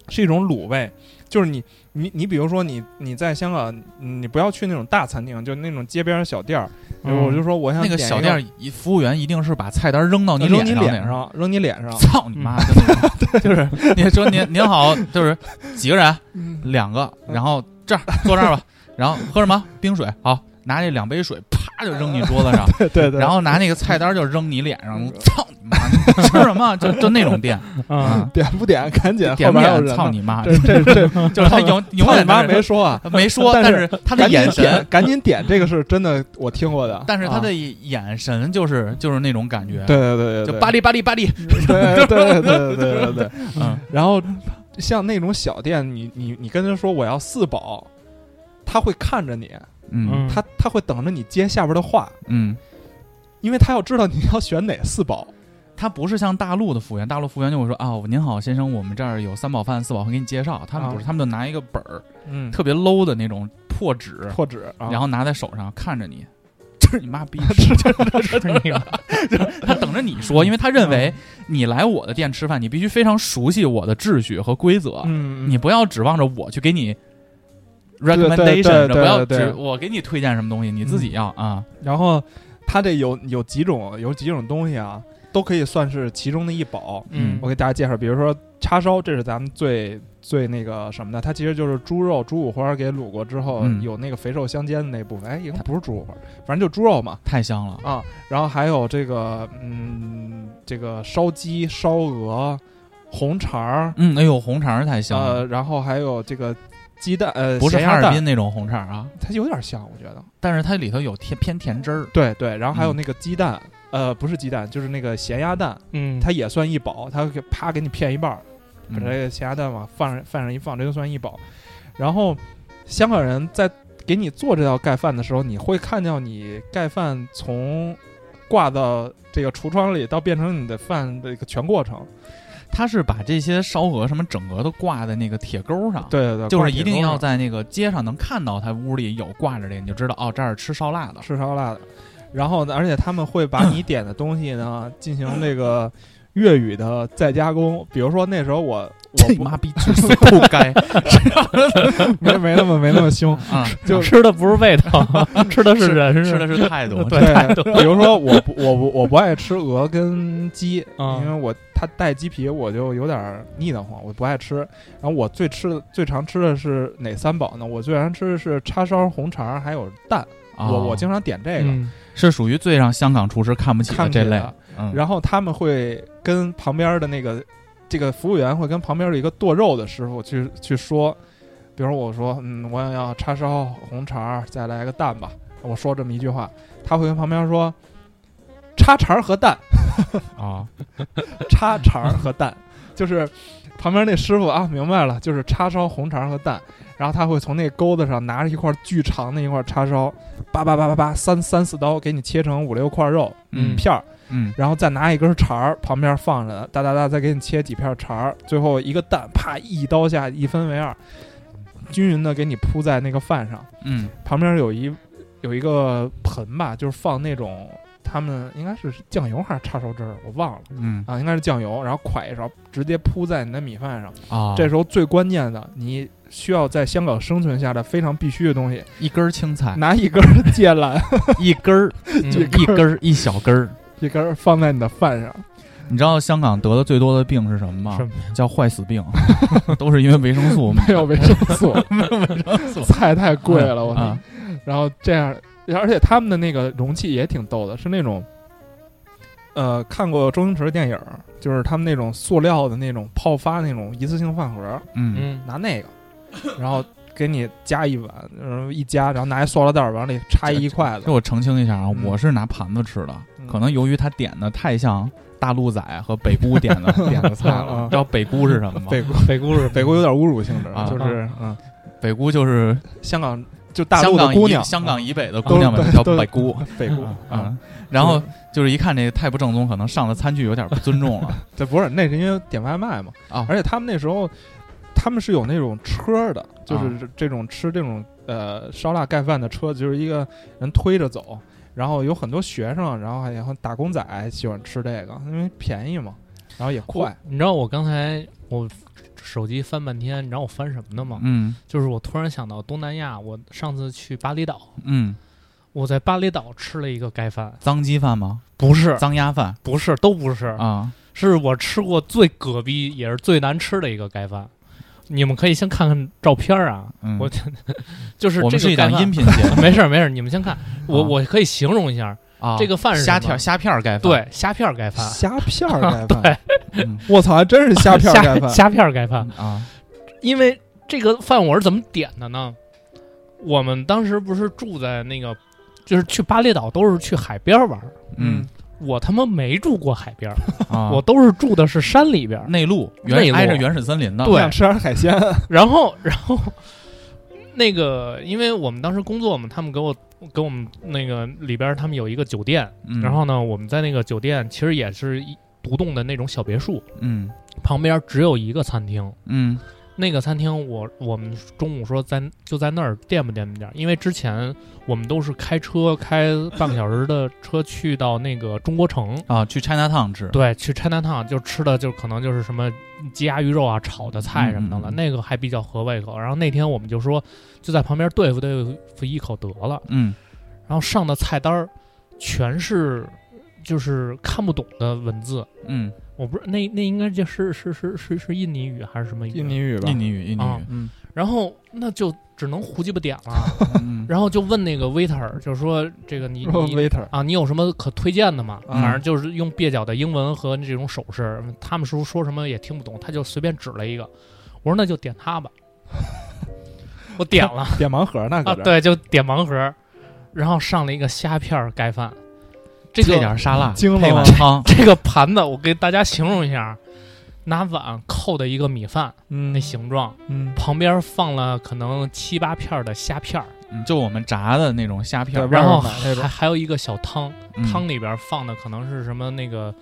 S4: 是一种卤味，就是你你你比如说你你在香港，你不要去那种大餐厅，就那种街边儿小店儿。比如我就说我想
S3: 那个
S4: 点
S3: 小
S4: 一
S3: 店儿一服务员一定是把菜单扔到你
S4: 扔
S3: 脸
S4: 你
S3: 上那嗯
S4: 脸
S3: 种。
S4: 上，扔 你脸上。
S3: 操你妈！的，就是嗯你说您您好，就是几个人，两个，然后这儿坐这儿吧，然后喝什么？冰水。好，拿这两杯水，啪就扔你桌 子上，
S4: 对对对，
S3: 然后拿那个菜单就扔你脸上。操你妈！你吃什么？就就那种店，
S5: 啊
S3: 啊，
S4: 点不点赶紧，
S3: 点
S4: 后
S3: 不
S4: 边还有
S3: 点？
S4: 人
S3: 操
S4: 呢。
S3: 你妈！
S4: 这这这， 操
S3: 就是他永
S4: 你
S3: 永远
S4: 妈
S3: 在那
S4: 没说啊，
S3: 他没说，
S4: 但
S3: 但
S4: 是
S3: 是他的眼
S4: 赶紧
S3: 神
S4: 点，赶紧点，这个是真的，我听过的。
S3: 但是他
S4: 啊
S3: 的眼神就是就是那种感觉，
S4: 对，对对对，
S3: 就
S4: 对
S3: 巴力巴力巴力，
S4: 对对对对对对对对。
S3: 嗯，
S4: 然后像那种小店，你你你跟他说我要四宝，他会看着你，
S3: 嗯
S4: 他他会等着你接下边的话，
S3: 嗯，
S4: 因为他要知道你要选哪四宝。
S3: 他不是像大陆的服务员，大陆服务员就会说啊，您好先生，我们这儿有三宝饭、四宝饭给你介绍。他们不是，他们就拿一个本儿，
S4: 啊嗯，
S3: 特别 low 的那种破纸，
S4: 破纸，啊
S3: 然后拿在手上看着你， 就是你妈逼， 就是
S5: 是那个，
S3: 他等着你说，因为他认
S4: 嗯
S3: 为你来我的店吃饭，你必须非常熟悉我的秩序和规则，
S4: 嗯，
S3: 你不要指望着我去给你
S4: 对对
S3: recommendation，
S4: 对
S3: 不要
S4: 对对嗯
S3: 指我给你推荐什么东西，你自己要啊。
S4: 然后他这有有几种有几种东西啊，都可以算是其中的一宝。
S5: 嗯
S4: 我给大家介绍，比如说叉烧，这是咱们最最那个什么的，它其实就是猪肉、猪五花给卤过之后，
S3: 嗯
S4: 有那个肥瘦相间的那部分。哎，应该不是猪五花，反正就猪肉嘛
S3: 太香了，
S4: 啊。然后还有这个，嗯，这个烧鸡、烧鹅、红肠儿，
S3: 嗯，哎呦，红肠儿太香了，
S4: 呃，然后还有这个鸡蛋，呃，
S3: 不是
S4: 咸
S3: 哈
S4: 鸭
S3: 尔
S4: 蛋
S3: 滨，那种红肠儿啊，
S4: 它有点像，我觉得。
S3: 但是它里头有甜偏甜汁儿，
S4: 对对，然后还有
S3: 嗯
S4: 那个鸡蛋，呃，不是鸡蛋，就是那个咸鸭蛋，
S5: 嗯，
S4: 它也算一宝，它给啪给你片一半儿，把
S3: 嗯
S4: 这个咸鸭蛋往饭上饭上一放，这就算一宝。然后香港人在给你做这道盖饭的时候，你会看到你盖饭从挂到这个橱窗里到变成你的饭的一个全过程。
S3: 它是把这些烧鹅什么整个都挂在那个铁钩上。
S4: 对对对，
S3: 就
S4: 挂
S3: 是
S4: 铁
S3: 一定
S4: 钩
S3: 要
S4: 上
S3: 在那个街上能看到他屋里有挂着这个，你就知道哦，这儿吃烧 腊的。
S4: 吃烧腊的。然后呢，而且他们会把 你点的东西呢进行这个粤语的再加工，比如说那时候我我
S3: 这你
S4: 不
S3: 妈逼去死不该
S4: 没没那么没那 么凶，
S3: 啊！
S4: 就
S5: 吃的不是味道，吃的是人，
S3: 吃的
S5: 是
S3: 是态度，
S5: 对
S4: 对，比如说我不我不我不爱吃鹅跟鸡，
S5: 嗯
S4: 因为我它带鸡皮我就有点儿腻得慌，我不爱吃。然后我最吃的最常吃的是哪三宝呢？我最常吃的是叉烧、红肠还有蛋，
S3: 啊
S4: 我我经常点这个。
S5: 嗯
S3: 是属于最让香港厨师看不起
S4: 看
S3: 的
S4: 不起
S3: 这类
S4: 的。
S3: 嗯，
S4: 然后他们会跟旁边的那个这个服务员会跟旁边的一个剁肉的师傅去去说，比如我说嗯，我想要叉烧红肠，再来个蛋吧。我说这么一句话，他会跟旁边说，叉肠和蛋，
S3: 啊，
S4: 叉肠和蛋，就是旁边那师傅啊，明白了，就是叉烧红肠和蛋。然后他会从那钩子上拿着一块巨长的一块叉烧，叭叭叭叭叭，三三四刀给你切成五六块肉
S3: 嗯
S4: 片儿，
S3: 嗯，
S4: 然后再拿一根肠儿，旁边放着，哒哒哒，再给你切几片肠儿，最后一个蛋，啪一刀下一分为二，均匀的给你铺在那个饭上。
S3: 嗯，
S4: 旁边有一有一个盆吧，就是放那种他们应该是酱油还是叉烧汁儿，我忘了
S3: 嗯
S4: 啊，应该是酱油，然后㧟一勺，直接铺在你的米饭上。
S3: 啊，
S4: 这时候最关键的，你需要在香港生存下来非常必须的东西，
S3: 一根儿青菜，
S4: 拿一根芥兰，
S3: 一根 儿，
S5: 嗯
S3: 一根儿，一小根儿。
S4: 一根放在你的饭上。
S3: 你知道香港得的最多的病是什么吗？
S5: 什么
S3: 叫坏死病， 都是因为维生素
S4: 没有维生 素，没有维
S3: 生素
S4: 菜太 贵了，我操
S3: 啊！
S4: 然后这样，而且他们的那个容器也挺逗的，是那种，呃，看过周星驰的电影儿，就是他们那种塑料的那种泡发那种一次性饭盒儿，
S3: 嗯，
S5: 嗯，
S4: 拿那个，然后给你加一碗，然后一加，然后拿一塑料袋儿往里插一筷
S3: 这
S4: 子，
S3: 我澄清一下啊，
S4: 嗯
S3: 我是拿盘子吃的，
S4: 嗯
S3: 可能由于他点的太像大陆仔和北姑点 的点的菜
S4: 啊啊
S3: 了。你知道北姑是什么吗？
S4: 北姑
S5: 嗯北姑是
S4: 北国有点侮辱性质，
S3: 啊
S4: 就是嗯，
S3: 北姑就是
S4: 香港就大
S3: 香
S4: 陆的
S3: 港
S4: 姑
S3: 以
S4: 娘，
S3: 香港以北的
S4: 都
S3: 姑娘们
S4: 都
S3: 叫
S4: 都
S3: 北姑
S4: 北姑啊，
S3: 啊。然后就是一看这太不正宗，可能上的餐具有点不尊重了
S4: 这不是，那是因为点外卖嘛。
S3: 啊。
S4: 而且他们那时候，他们是有那种车的，就
S3: 啊
S4: 是这这种吃这种呃烧腊盖饭的车，就是一个人推着走。然后有很多学生，然后还有打工仔喜欢吃这个，因为便宜嘛，然后也快。
S5: 你知道我刚才我手机翻半天，你知道我翻什么呢吗？
S3: 嗯
S5: 就是我突然想到东南亚，我上次去巴厘岛，
S3: 嗯，
S5: 我在巴厘岛吃了一个盖饭，
S3: 脏鸡饭吗？
S5: 不是，
S3: 脏鸭饭
S5: 不是，都不是，
S3: 啊
S5: 是我吃过最葛逼也是最难吃的一个盖饭。你们可以先看看照片儿啊，
S3: 嗯，
S5: 我就是
S3: 我
S5: 这
S3: 们
S5: 个
S3: 是一档
S5: 盖饭
S3: 音频节 目
S5: 没事儿没事儿，你们先看，我
S3: 啊
S5: 我可以形容一下
S3: 啊，
S5: 这个饭是什
S3: 虾
S5: 么
S3: 条虾片儿盖饭，，
S5: 对虾片儿盖饭，
S4: 虾片 儿盖饭，嗯我操，还真是 虾片儿盖饭。
S5: 虾片儿盖饭，
S3: 啊，
S5: 因为这个饭我是怎么点的呢？我们当时不是住在那个，就是去巴厘岛都是去海边玩儿，
S3: 嗯
S5: 我他妈没住过海边儿，
S3: 啊，
S5: 我都是住的是山里边儿。
S3: 内陆
S5: 内
S3: 原
S5: 陆
S3: 挨着原始森林的，
S5: 对
S4: 想吃点海 鲜，
S5: 然后， 然后那个，因为我们当时工作嘛，他们给我给我们那个里边儿他们有一个酒店，
S3: 嗯
S5: 然后呢，我们在那个酒店其实也是一独栋的那种小别墅，
S3: 嗯
S5: 旁边只有一个餐厅。
S3: 嗯
S5: 那个餐厅我，我们中午说在就在那儿垫吧垫吧点儿，因为之前我们都是开车开半个小时的车去到那个中国城，
S3: 啊，去 China Town 吃，
S5: 对，去 China Town 就吃的就可能就是什么鸡鸭鱼肉啊、炒的菜什么的
S3: 嗯
S5: 了，
S3: 嗯嗯
S5: 那个还比较合胃口。然后那天我们就说就在旁边对付对付一口得了，
S3: 嗯
S5: 然后上的菜单儿全是就是看不懂的文字，
S3: 嗯，
S5: 我不是那那应该就是是是是是印尼语还是什么语？
S4: 印尼语吧
S3: 印。尼语印尼
S5: 啊
S3: 语，
S4: 嗯，
S5: 然后那就只能胡鸡巴点了，
S3: 嗯
S5: 然后就问那个 waiter，就是说 这个你
S4: 说
S5: 你
S4: 哦 waiter，
S5: 啊，你有什么可推荐的吗？
S4: 嗯
S5: 反正就是用蹩脚的英文和这种手势，他们说说什么也听不懂，他就随便指了一个。我说那就点它吧， 我点了
S4: 点盲盒呢，搁
S5: 啊，
S4: 这儿。
S5: 对，就点盲盒，然后上了一个虾片儿盖饭，这
S3: 配
S5: 个
S3: 点沙拉，
S4: 惊了
S3: 配碗
S4: 吗
S3: 汤，
S5: 这个盘子，我给大家形容一下，拿碗扣的一个米饭
S4: 嗯，
S5: 那，形状，
S4: 嗯，
S5: 旁边放了可能七八片儿的虾片儿，
S3: 嗯就我们炸的那种虾片儿，
S4: 对
S5: 然后
S4: 外边买那种
S5: 还还有一个小汤，
S3: 嗯
S5: 汤里边放的可能是什么那个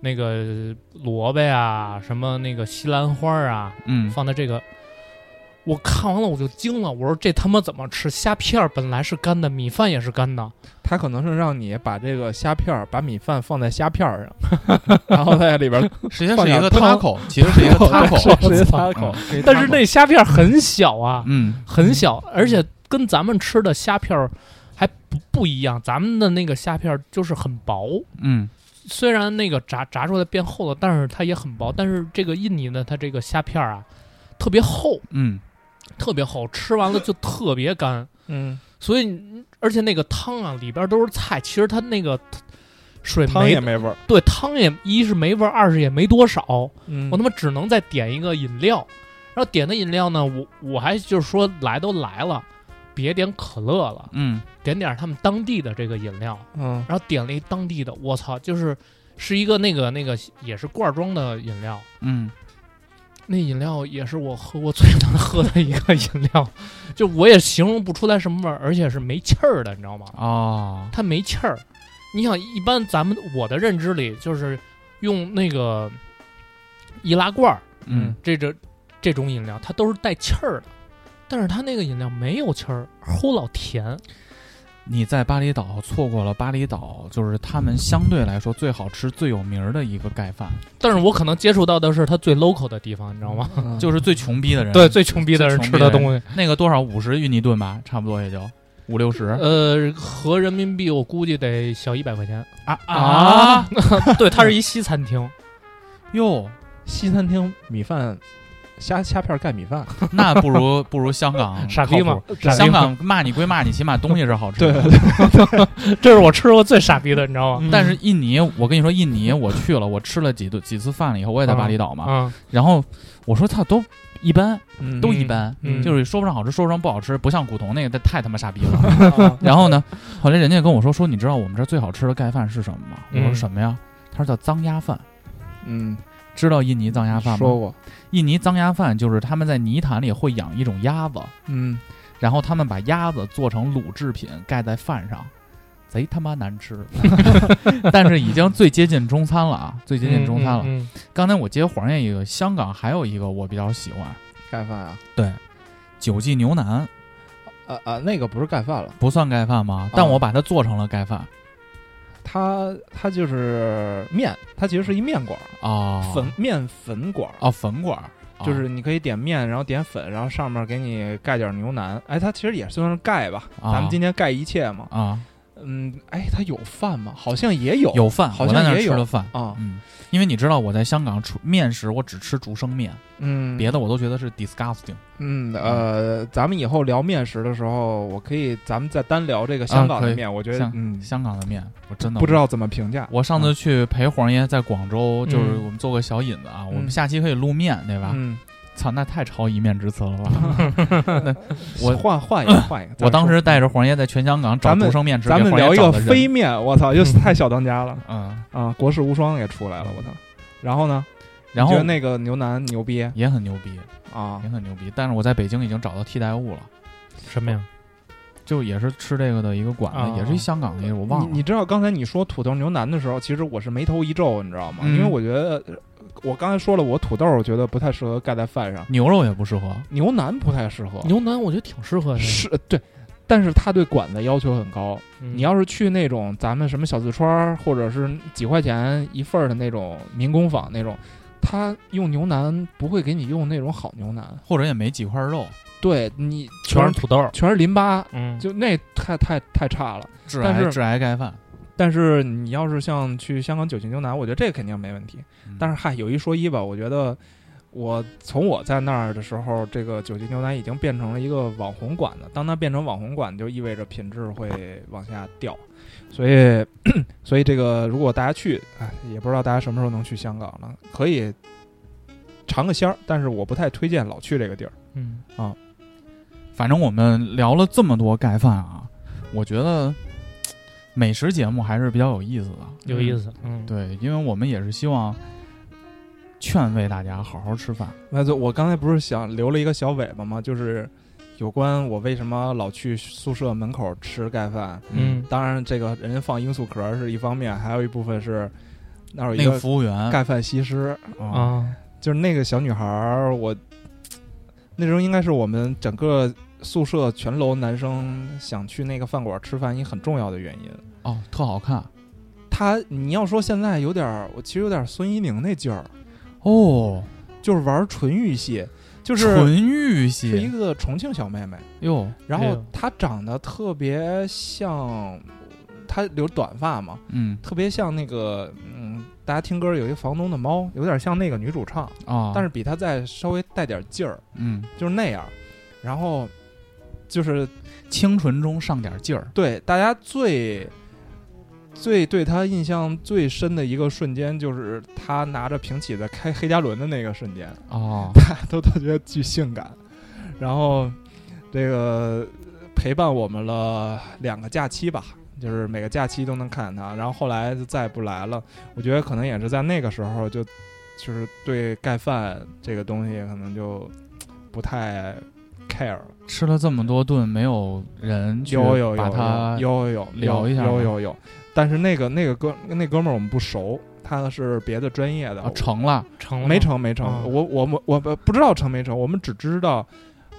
S5: 那个萝卜啊，什么那个西兰花啊，
S3: 嗯
S5: 放在这个。我看完了我就惊了，我说这他妈怎么吃？虾片儿本来是干的，米饭也是干的，
S4: 他可能是让你把这个虾片儿，把米饭放在虾片儿上，然后在里边儿
S3: 实际上
S4: 放
S3: 是一
S4: 点
S3: 个
S4: 汤
S3: taco，其 实是一个 taco，
S4: 直接擦口。给
S5: 但是
S4: taco
S5: 那虾片儿很小啊，
S3: 嗯
S5: 很小，而且跟咱们吃的虾片儿还不不一样，咱们的那个虾片儿就是很薄，
S3: 嗯
S5: 虽然那个炸炸出来变厚了，但是它也很薄。但是这个印尼的它这个虾片儿啊，特别厚，
S3: 嗯
S5: 特别厚，吃完了就特别干。
S4: 嗯，
S5: 所以你，而且那个汤啊，里边都是菜，其实它那个水
S4: 汤
S5: 没
S4: 也没味儿。
S5: 对汤也一是没味儿，二是也没多少。
S4: 嗯
S5: 我他妈只能再点一个饮料，然后点的饮料呢，我我还就是说来都来了，别点可乐了，
S3: 嗯
S5: 点点他们当地的这个饮料，
S4: 嗯
S5: 然后点了一当地的，我操，就是是一个那个那个也是罐装的饮料，
S3: 嗯
S5: 那饮料也是我喝过最难喝的一个饮料， 就我也形容不出来什么味儿，而且是没气儿的，你知道吗？
S3: 哦，
S5: 它没气儿。你想，一般咱们我的认知里就是用那个易拉罐儿
S3: 嗯
S5: 这种这种饮料，它都是带气儿的，但是它那个饮料没有气儿，齁老甜。
S3: 你在巴厘岛错过了巴厘岛，就是他们相对来说最好吃、最有名儿的一个盖饭，
S5: 但是我可能接触到的是它最 local 的地方，你知道吗？
S4: 嗯
S3: 就是最穷逼的人，
S5: 对，最穷逼的人
S3: 最
S5: 吃
S3: 穷逼的
S5: 的东西，
S3: 那个多少五十印尼盾吧，差不多也就五六十
S5: 呃，合人民币我估计得小一百块钱。
S3: 啊啊
S5: 对，它是一西餐厅，
S3: 哟，
S4: 西餐厅米饭，虾虾片儿盖米饭。
S3: 那不如不如香港
S5: 傻逼吗
S3: 嗯靠谱？
S5: 傻逼
S3: 香
S5: 吗？
S3: 港骂你归骂你，起码东西是好吃的。
S5: 这是我吃过最傻逼的，你知道吗？
S3: 但是印尼，我跟你说，印尼我去了，我吃了几顿几次饭了以后，我也在巴厘岛嘛，
S5: 啊，
S3: 然后我说操都一般，
S4: 嗯
S3: 都一般，
S5: 嗯
S3: 就是说不上好吃，说不上不好吃，不像古潼那个，他太他妈傻逼了。 然后呢，后来人家跟我说说，你知道我们这儿最好吃的盖饭是什么吗？我说
S5: 嗯
S3: 什么呀？他说叫脏鸭饭，
S4: 嗯，
S3: 知道印尼脏鸭饭吗
S4: 说？过。
S3: 印尼脏鸭饭就是他们在泥潭里会养一种鸭子，
S4: 嗯，
S3: 然后他们把鸭子做成卤制品盖在饭上，贼他妈难吃， 但是已经最接近中餐了啊，最接近中餐了。
S5: 嗯嗯
S3: 刚才我接黄爷一个，香港还有一个我比较喜欢，
S4: 盖饭啊
S3: 九记牛腩
S4: 啊啊，那个不是盖饭了，
S3: 不算盖饭吗？但我把它做成了盖饭
S4: 它它就是面，它其实是一面馆儿，
S3: 哦，
S4: 粉面粉馆儿。
S3: 哦粉馆儿，哦
S4: 就是你可以点面，然后点粉，然后上面给你盖点牛腩。哎，它其实也算是盖吧。
S3: 啊
S4: 咱们今天盖一切嘛，
S3: 啊
S4: 嗯，哎，他有饭吗？好像也有，
S3: 有饭，
S4: 好
S3: 我
S4: 像
S3: 在那儿
S4: 也
S3: 吃
S4: 有
S3: 了饭。
S4: 啊，
S3: 嗯，因为你知道我在香港吃面食，我只吃竹升面，
S4: 嗯，
S3: 别的我都觉得是 disgusting。
S4: 嗯呃，咱们以后聊面食的时候，我可以咱们再单聊这个香港
S3: 啊可
S4: 的
S3: 以
S4: 面，我觉得
S3: 香
S4: 嗯，
S3: 香港的面我真的
S4: 不知。道怎么评价。
S3: 我上次去陪黄爷在广州，
S4: 嗯
S3: 就是我们做个小引子啊，我们
S4: 嗯
S3: 下期可以录面，对吧？
S4: 嗯，
S3: 操，那太超一面之词了 吧！我嗯
S4: 换换一个，换一个。
S3: 我当时带
S4: 着
S3: 着黄爷在全香港找
S4: 咱们
S3: 竹升面吃，
S4: 咱们
S3: 给黄爷
S4: 聊一
S3: 找
S4: 个
S3: 的人
S4: 飞面，我操，又是太小当家了
S3: 嗯，
S4: 啊！国士无双也出来了，我操。然后呢？
S3: 然
S4: 你
S3: 后
S4: 觉得那个牛腩牛逼
S3: 也很牛逼，
S4: 啊
S3: 也很牛逼。但是我在北京已经找到替代物了，
S5: 什么呀？
S3: 就也是吃这个的一个馆
S5: 啊
S3: 子，也是一香港的哎一个，我
S4: 你
S3: 忘了
S4: 你。知道刚才你说土豆牛腩的时候，其实我是眉头一皱，你知道吗？
S3: 嗯
S4: 因为我觉得呃我刚才说了，我土豆我觉得不太适合盖在饭上，
S3: 牛肉也不适合，
S4: 牛腩不太适合。
S5: 牛腩我觉得挺适合的。
S4: 是对，但是它对馆子要求很高。
S5: 嗯
S4: 你要是去那种咱们什么小四川儿或者是几块钱一份儿的那种民工坊那种，他用牛腩不会给你用那种好牛腩，
S3: 或者也没几块肉，
S4: 对你
S5: 全是
S4: 是
S5: 土豆儿，
S4: 全是淋巴，
S5: 嗯，
S4: 就那太太太差了。
S3: 致
S4: 但
S3: 癌
S4: 是
S3: 致癌盖饭。嗯
S4: 但是你要是像去香港九曲牛腩，我觉得这肯定没问题。但是嗨，有一说一吧，我觉得我从我在那儿的时候，这个九级牛腩已经变成了一个网红馆了。当它变成网红馆，就意味着品质会往下掉。所以， 所以这个如果大家去，哎，也不知道大家什么时候能去香港了，可以尝个鲜儿。但是我不太推荐老去这个地儿。
S5: 嗯，
S3: 反正我们聊了这么多盖饭啊，我觉得嘖美食节目还是比较有意思的。
S5: 有意思，嗯，
S3: 对，因为我们也是希望劝慰大家好好吃饭。
S4: 那就我刚才不是想留了一个小尾巴吗？就是有关我为什么老去宿舍门口吃盖饭。
S5: 嗯，
S4: 当然，这个人家放罂粟壳是一方面，还有一部分是那儿有一
S3: 那个服务员
S4: 盖饭西施，
S3: 啊，
S5: 啊，
S4: 就是那个小女孩儿，我那时候应该是我们整个宿舍全楼男生想去那个饭馆吃饭一很重要的原因。
S3: 哦，特好看
S4: 她，你要说现在有点儿，我其实有点儿孙一宁那劲儿，
S3: 哦，
S4: 就是玩纯欲系，就是
S3: 纯欲
S4: 是一
S3: 系
S4: 个重庆小妹妹，
S3: 哟，
S4: 然
S5: 哎
S4: 后
S5: 呦
S4: 她长得特别像，她留短发嘛，
S3: 嗯
S4: 特别像那个，嗯，大家听歌有一房东的猫，有点像那个女主唱，
S3: 啊，
S4: 但是比她再稍微带点劲儿，
S3: 嗯，
S4: 就是那样。然后就是
S3: 清纯中上点劲儿，
S4: 对大家最最对她印象最深的一个瞬间，就是她拿着平起子开黑加仑的那个瞬间，
S3: 哦，
S4: 大家都都觉得巨性感。然后这个陪伴我们了两个假期吧，就是每个假期都能看见他。然后后来就再也不来了。我觉得可能也是在那个时候就，就是对盖饭这个东西可能就不太 care 了。
S3: 吃了这么多顿，没有人去
S4: 有有有
S3: 把它
S4: 有有有
S3: 聊一下
S4: 有
S3: 吗
S4: 有有。但是那个那个哥那哥们儿我们不熟，他是别的专业的，
S3: 啊成了，
S5: 成了吗
S4: 没，成没成，
S5: 啊
S4: 我我们我不不知道成没成，我们只知道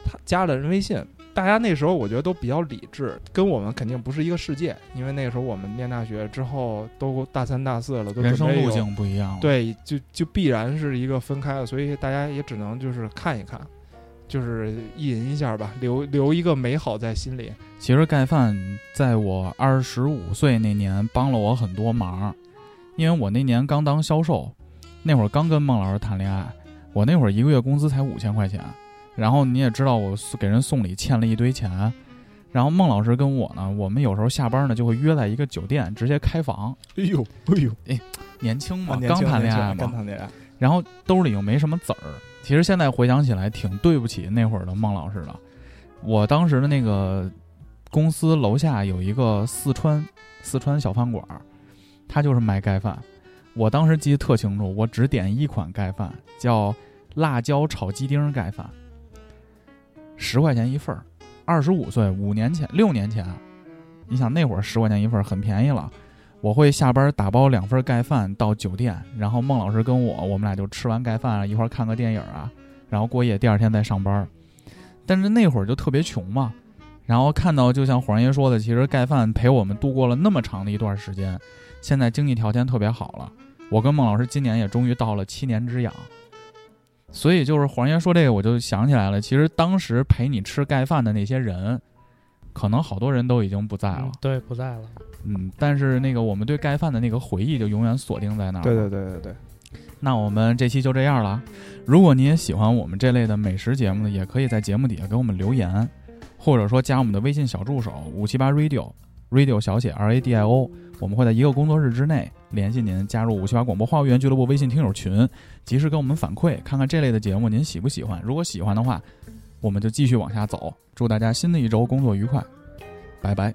S4: 他加了人微信。大家那时候我觉得都比较理智，跟我们肯定不是一个世界，因为那时候我们念大学之后都大三大四了，都
S3: 人生
S4: 准备
S3: 路
S4: 有
S3: 径不一样了。
S4: 对，就就必然是一个分开的，所以大家也只能就是看一看，就是意淫一下吧，留留一个美好在心里。
S3: 其实盖饭在我二十五岁那年帮了我很多忙，因为我那年刚当销售，那会儿刚跟孟老师谈恋爱，我那会儿一个月工资才五千块钱，然后你也知道我给人送礼欠了一堆钱，然后孟老师跟我呢，我们有时候下班呢就会约在一个酒店直接开房，
S4: 哎呦哎呦，
S3: 年轻嘛，
S4: 啊年
S3: 刚
S4: 轻
S3: 谈
S4: 年
S3: 恋
S4: 轻
S3: 爱
S4: 刚
S3: 嘛，
S4: 谈恋爱，
S3: 然后兜里又没什么子儿。其实现在回想起来，挺对不起那会儿的孟老师的。我当时的那个公司楼下有一个四川四川小饭馆儿，他就是卖盖饭。我当时记得特清楚，我只点一款盖饭，叫辣椒炒鸡丁盖饭，十块钱一份儿。二十五岁，五年前，六年前，你想那会儿十块钱一份儿很便宜了。我会下班打包两份盖饭到酒店，然后孟老师跟我，我们俩就吃完盖饭啊，一块儿看个电影啊，然后过夜，第二天再上班。但是那会儿就特别穷嘛，然后看到就像黄爷说的，其实盖饭陪我们度过了那么长的一段时间，现在经济条件特别好了，我跟孟老师今年也终于到了七年之痒。所以就是黄爷说这个，我就想起来了，其实当时陪你吃盖饭的那些人，可能好多人都已经不在了
S5: 嗯，对，不在了。
S3: 嗯，但是那个我们对盖饭的那个回忆就永远锁定在那儿。
S4: 对对对对对，
S3: 那我们这期就这样了啊。如果你也喜欢我们这类的美食节目呢，也可以在节目底下给我们留言，或者说加我们的微信小助手五七八 radio radio 小写 R A D I O，我们会在一个工作日之内联系您，加入五七八广播话务员俱乐部微信听友群，及时给我们反馈，看看这类的节目您喜不喜欢。如果喜欢的话，我们就继续往下走。祝大家新的一周工作愉快，拜拜。